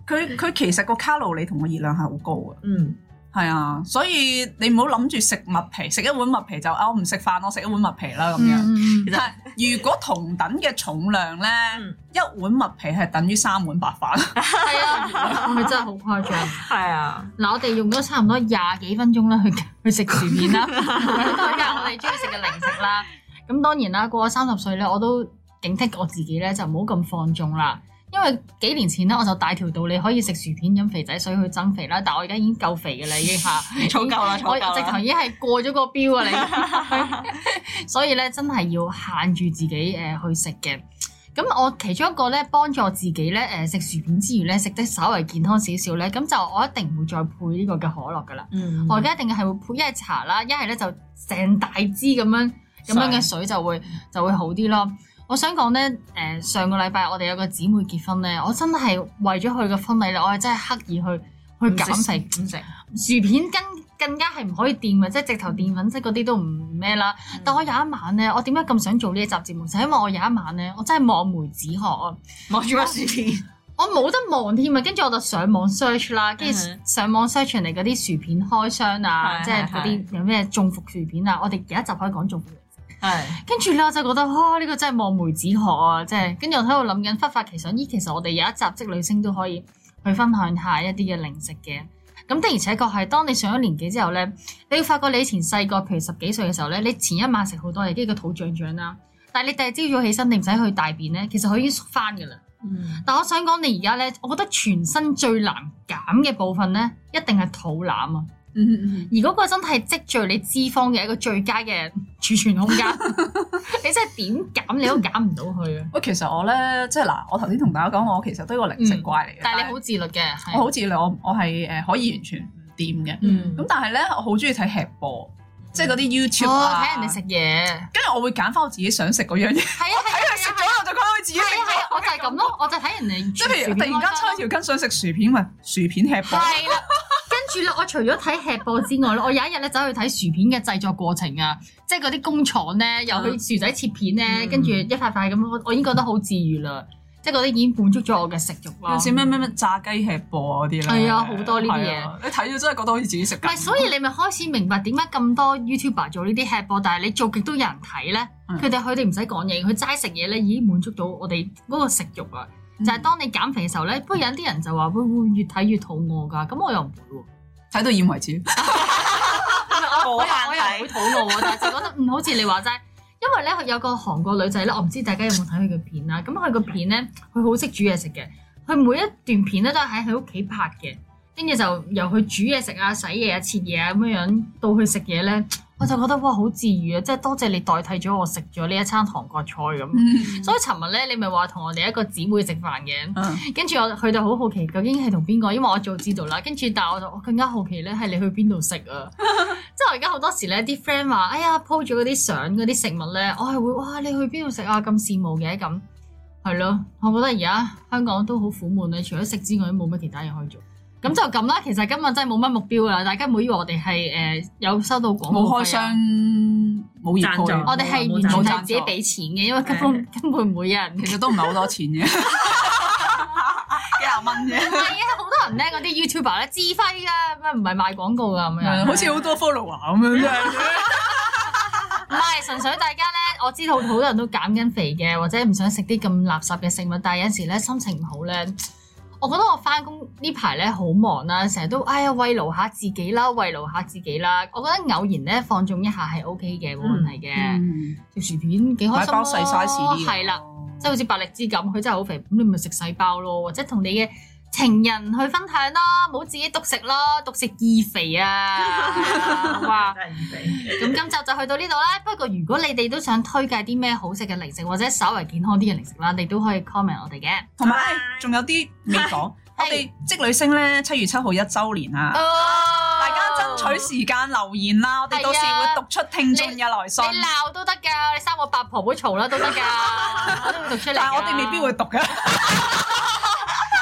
[SPEAKER 3] 佢佢其實個卡路里同個熱量係好高嘅，
[SPEAKER 2] 嗯，
[SPEAKER 3] 係啊，所以你唔好諗住食麥皮，食一碗麥皮就啊我唔食飯，我食一碗麥皮啦咁樣。
[SPEAKER 1] 嗯
[SPEAKER 3] 其實如果同等嘅重量咧，
[SPEAKER 2] 嗯
[SPEAKER 3] 一碗麥皮係等於三碗白飯。
[SPEAKER 1] 係啊，佢真係好誇張。
[SPEAKER 2] 係啊，
[SPEAKER 1] 嗱，我哋用咗差唔多廿幾分鐘啦，去 去食薯片啦，推介我哋中意食嘅零食啦。咁當然啦，過咗三十歲咧，我都警惕我自己咧，就唔好咁放縱啦。因為幾年前咧，我就大條道理可以食薯片飲肥仔水去增肥啦，但我而家已經夠肥嘅啦，已經 嚇，
[SPEAKER 2] 儲夠啦
[SPEAKER 1] 我
[SPEAKER 2] 儲夠啦
[SPEAKER 1] 直頭已經係過咗個標啊！你， 所以咧真係要限住自己誒、呃去食嘅。咁我其中一個咧幫助自己咧誒、呃食薯片之餘咧食得稍為健康少少咧，咁就我一定唔會再配呢個嘅可樂噶啦。
[SPEAKER 2] 嗯
[SPEAKER 1] 我而家一定係會配一係茶啦，一係咧就成大支咁樣咁樣嘅水就會就會好啲咯。我想講咧，誒、上個禮拜我哋有個姊妹結婚咧，我真係為咗佢嘅婚禮咧，我係真係刻意去去減肥，
[SPEAKER 2] 唔食，
[SPEAKER 1] 薯片更更加係唔可以掂啊嘅，即係直頭澱粉質嗰啲都唔咩啦。
[SPEAKER 2] 嗯
[SPEAKER 1] 但我有一晚咧，我點解咁想做呢一集節目，就係因為我有一晚咧，我真係望梅止渴啊！
[SPEAKER 2] 望住個薯片。
[SPEAKER 1] 我冇得望添啊，跟住我就上網 search 啦，跟住
[SPEAKER 2] 嗯
[SPEAKER 1] 上網 search 人哋嗰啲薯片開箱啊，
[SPEAKER 2] 係
[SPEAKER 1] 即係
[SPEAKER 2] 係
[SPEAKER 1] 嗰啲有咩中伏薯片啊，我哋有一集可以講中伏。
[SPEAKER 2] 係
[SPEAKER 1] 跟住咧我就覺得，哇！呢、個真係望梅止渴啊，即係跟住我喺度諗緊，忽發奇想，咦，其實我哋有一集職女星都可以去分享下一啲嘅零食嘅。咁的而且確係，當你上咗年紀之後咧，你會發覺你以前細個，譬如十幾歲嘅時候咧，你前一晚食好多嘢，跟住個肚脹脹啦。但係你第二朝早起身，你唔使去大便咧，其實佢已經縮翻㗎啦。
[SPEAKER 2] 嗯
[SPEAKER 1] 但我想講，你而家咧，我覺得全身最難減嘅部分咧，一定係肚腩啊！
[SPEAKER 3] 嗯
[SPEAKER 1] 而嗰個真係積聚你脂肪嘅一個最佳嘅儲存 空間，你真係點減你都減唔到佢啊！
[SPEAKER 3] 喂，其實我咧，即係嗱，我頭先同大家講，我其實都係一個零食怪嚟嘅、
[SPEAKER 1] 嗯但係你好自律嘅，係
[SPEAKER 3] 我好似你，我我係呃誒可以完全唔掂嘅。
[SPEAKER 1] 嗯
[SPEAKER 3] 咁但係咧，我好中意睇吃播，即係嗰啲 YouTube
[SPEAKER 1] 哦，
[SPEAKER 3] 啊，
[SPEAKER 1] 睇人哋食。嘢，
[SPEAKER 3] 跟住我會揀翻我自己想食嗰樣嘢，睇
[SPEAKER 1] 係啊係啊
[SPEAKER 3] 佢食咗我就覺得我自己
[SPEAKER 1] 係
[SPEAKER 3] 食
[SPEAKER 1] 啊係啊，
[SPEAKER 3] 咗。
[SPEAKER 1] 我就係咁咯，我就睇人哋
[SPEAKER 3] 即係譬如
[SPEAKER 1] 隨
[SPEAKER 3] 突
[SPEAKER 1] 便
[SPEAKER 3] 然間
[SPEAKER 1] 開
[SPEAKER 3] 抽
[SPEAKER 1] 餐
[SPEAKER 3] 一條筋想食薯片，咪薯片吃播。
[SPEAKER 1] 係啦。跟住咧，我除咗睇吃播之外咧，我有一日咧走去睇薯片嘅製作過程啊，即係嗰啲工廠咧，又
[SPEAKER 3] 嗯
[SPEAKER 1] 去薯仔切片咧，
[SPEAKER 2] 嗯
[SPEAKER 1] 跟住一塊塊咁，我我已經覺得好治愈啦，即係嗰啲已經滿足咗我嘅食慾啊
[SPEAKER 3] 有
[SPEAKER 1] 咯。
[SPEAKER 3] 時咩咩咩炸雞吃播嗰啲咧，
[SPEAKER 1] 係啊好多呢啲嘢
[SPEAKER 3] 係啊，你睇咗真係覺得好似自己食
[SPEAKER 1] 唔
[SPEAKER 3] 緊。啊
[SPEAKER 1] 係，所以你咪開始明白點解咁多 YouTuber 做呢啲吃播，但係你做極都有人睇咧。
[SPEAKER 3] 嗯
[SPEAKER 1] 佢哋佢哋唔使講嘢，佢齋食嘢咧已經滿足到我哋嗰個食慾啊！就係當你減肥嘅時候咧，不過有啲人就話會會越睇越肚餓㗎，咁我又唔會喎。
[SPEAKER 3] 睇到厭為止。
[SPEAKER 1] 我
[SPEAKER 2] 冇
[SPEAKER 1] 又我又唔
[SPEAKER 2] 限
[SPEAKER 1] 會
[SPEAKER 2] 睇，
[SPEAKER 1] 肚餓喎，但係就覺得嗯，好似你話齋，因為咧佢有個韓國女仔咧，我唔知大家有冇睇佢嘅片啦。咁佢個片咧，佢好識煮嘢食嘅，佢每一段片咧都係喺佢屋企拍嘅。跟住就由佢煮嘢食啊、洗嘢啊、切嘢啊咁樣樣，到佢食嘢咧，我就覺得哇好治愈啊！即係多謝你代替咗我食咗呢一餐韓國菜咁。
[SPEAKER 3] 嗯
[SPEAKER 1] 所以尋日咧，你咪話同我哋一個姊妹食飯嘅，
[SPEAKER 3] 嗯
[SPEAKER 1] 跟住我去到好好奇究竟係同邊個，因為我早知道啦。跟住但係我就我更加好奇咧，係你去邊度食啊？即係我而家好多時咧，啲 friend 話：哎呀，po 咗嗰啲相嗰啲食物咧，我係會哇你去邊度食啊？咁羨慕嘅咁係咯。我覺得而家香港都好苦悶啊，除咗食之外都冇乜其他嘢可以做。咁就咁啦，其實今日真係冇乜目標㗎啊啦，大家唔好以為我哋係呃誒有收到廣告
[SPEAKER 3] 冇開
[SPEAKER 1] 費啊
[SPEAKER 3] 箱，冇業
[SPEAKER 2] 贊助
[SPEAKER 1] 我
[SPEAKER 3] 配，
[SPEAKER 1] 哋係
[SPEAKER 2] 冇
[SPEAKER 1] 完
[SPEAKER 2] 贊
[SPEAKER 1] 全
[SPEAKER 3] 助
[SPEAKER 1] 係自己俾錢嘅，因為根本根本唔會有人。
[SPEAKER 3] 其實都唔係好多錢嘅，幾廿蚊啫。
[SPEAKER 1] 係啊，好多人咧，嗰啲 YouTuber 咧自費噶，咩唔係賣廣告噶咁樣，
[SPEAKER 3] 好似好多 follower 咁樣
[SPEAKER 1] 啊
[SPEAKER 3] 啫，
[SPEAKER 1] 唔係純粹大家咧，我知道好多人都減緊肥嘅，或者唔想食啲咁垃圾嘅食物，但係有時咧心情唔好咧。我覺得我翻工呢排咧好忙啦，成日都哎呀慰勞下自己啦，慰勞下自己啦。我覺得偶然咧放縱一下係 O K 嘅，冇問題嘅。條薯片幾開心
[SPEAKER 3] 嗯買包細 size 啲，
[SPEAKER 1] 係啦。即係好似百力滋咁，佢真係好肥，咁你咪食細包咯，或者同你嘅情人去分享啦，冇自己獨食啦，獨食易肥 啊！哇！
[SPEAKER 2] 真係唔俾
[SPEAKER 1] 咁今集就去到呢度啦。不過如果你哋都想推介啲咩好食嘅零食，或者稍為健康啲嘅零食啦，你都可以 comment 我哋嘅。
[SPEAKER 3] 同埋唉仲有啲未講，我哋積女星咧七月七號一週年啊，
[SPEAKER 1] 哦
[SPEAKER 3] 大家爭取時間留言啦，我哋到時
[SPEAKER 1] 係啊
[SPEAKER 3] 會讀出聽眾嘅來信，
[SPEAKER 1] 你鬧都得㗎，你三個八婆妹嘈啦都得 㗎，我都會讀出嚟㗎。
[SPEAKER 3] 但係我哋未必會讀 嘅。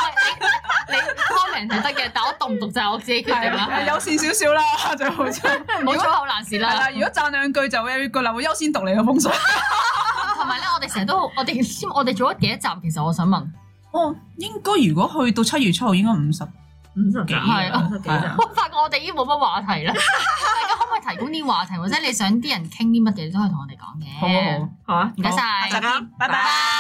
[SPEAKER 1] 喂。你你 comment 係得嘅，但我讀唔讀就係我自己決定啦。
[SPEAKER 3] 係友善少少啦， 最好啫。
[SPEAKER 1] 唔好粗口難事
[SPEAKER 3] 係
[SPEAKER 1] 啦
[SPEAKER 3] 啦，。如果讚兩句就 very good 啦，會優先讀你嘅風水。
[SPEAKER 1] 同埋咧，我哋成日都我哋知唔知我哋做咗幾多集？其實我想 問，
[SPEAKER 3] 哦，應該如果去到七月七號，應該五十。
[SPEAKER 2] 五十幾，
[SPEAKER 1] 係啊
[SPEAKER 2] 五十幾咋？
[SPEAKER 1] 我發覺我哋已經冇乜話題啦。大家可唔可以提供啲話題，或者你想啲人傾啲乜嘢都可以同我哋講嘅？
[SPEAKER 3] 好啊好啊
[SPEAKER 2] 好啊，
[SPEAKER 1] 唔該晒
[SPEAKER 2] 好大家拜
[SPEAKER 1] 拜
[SPEAKER 2] 拜。
[SPEAKER 1] 拜。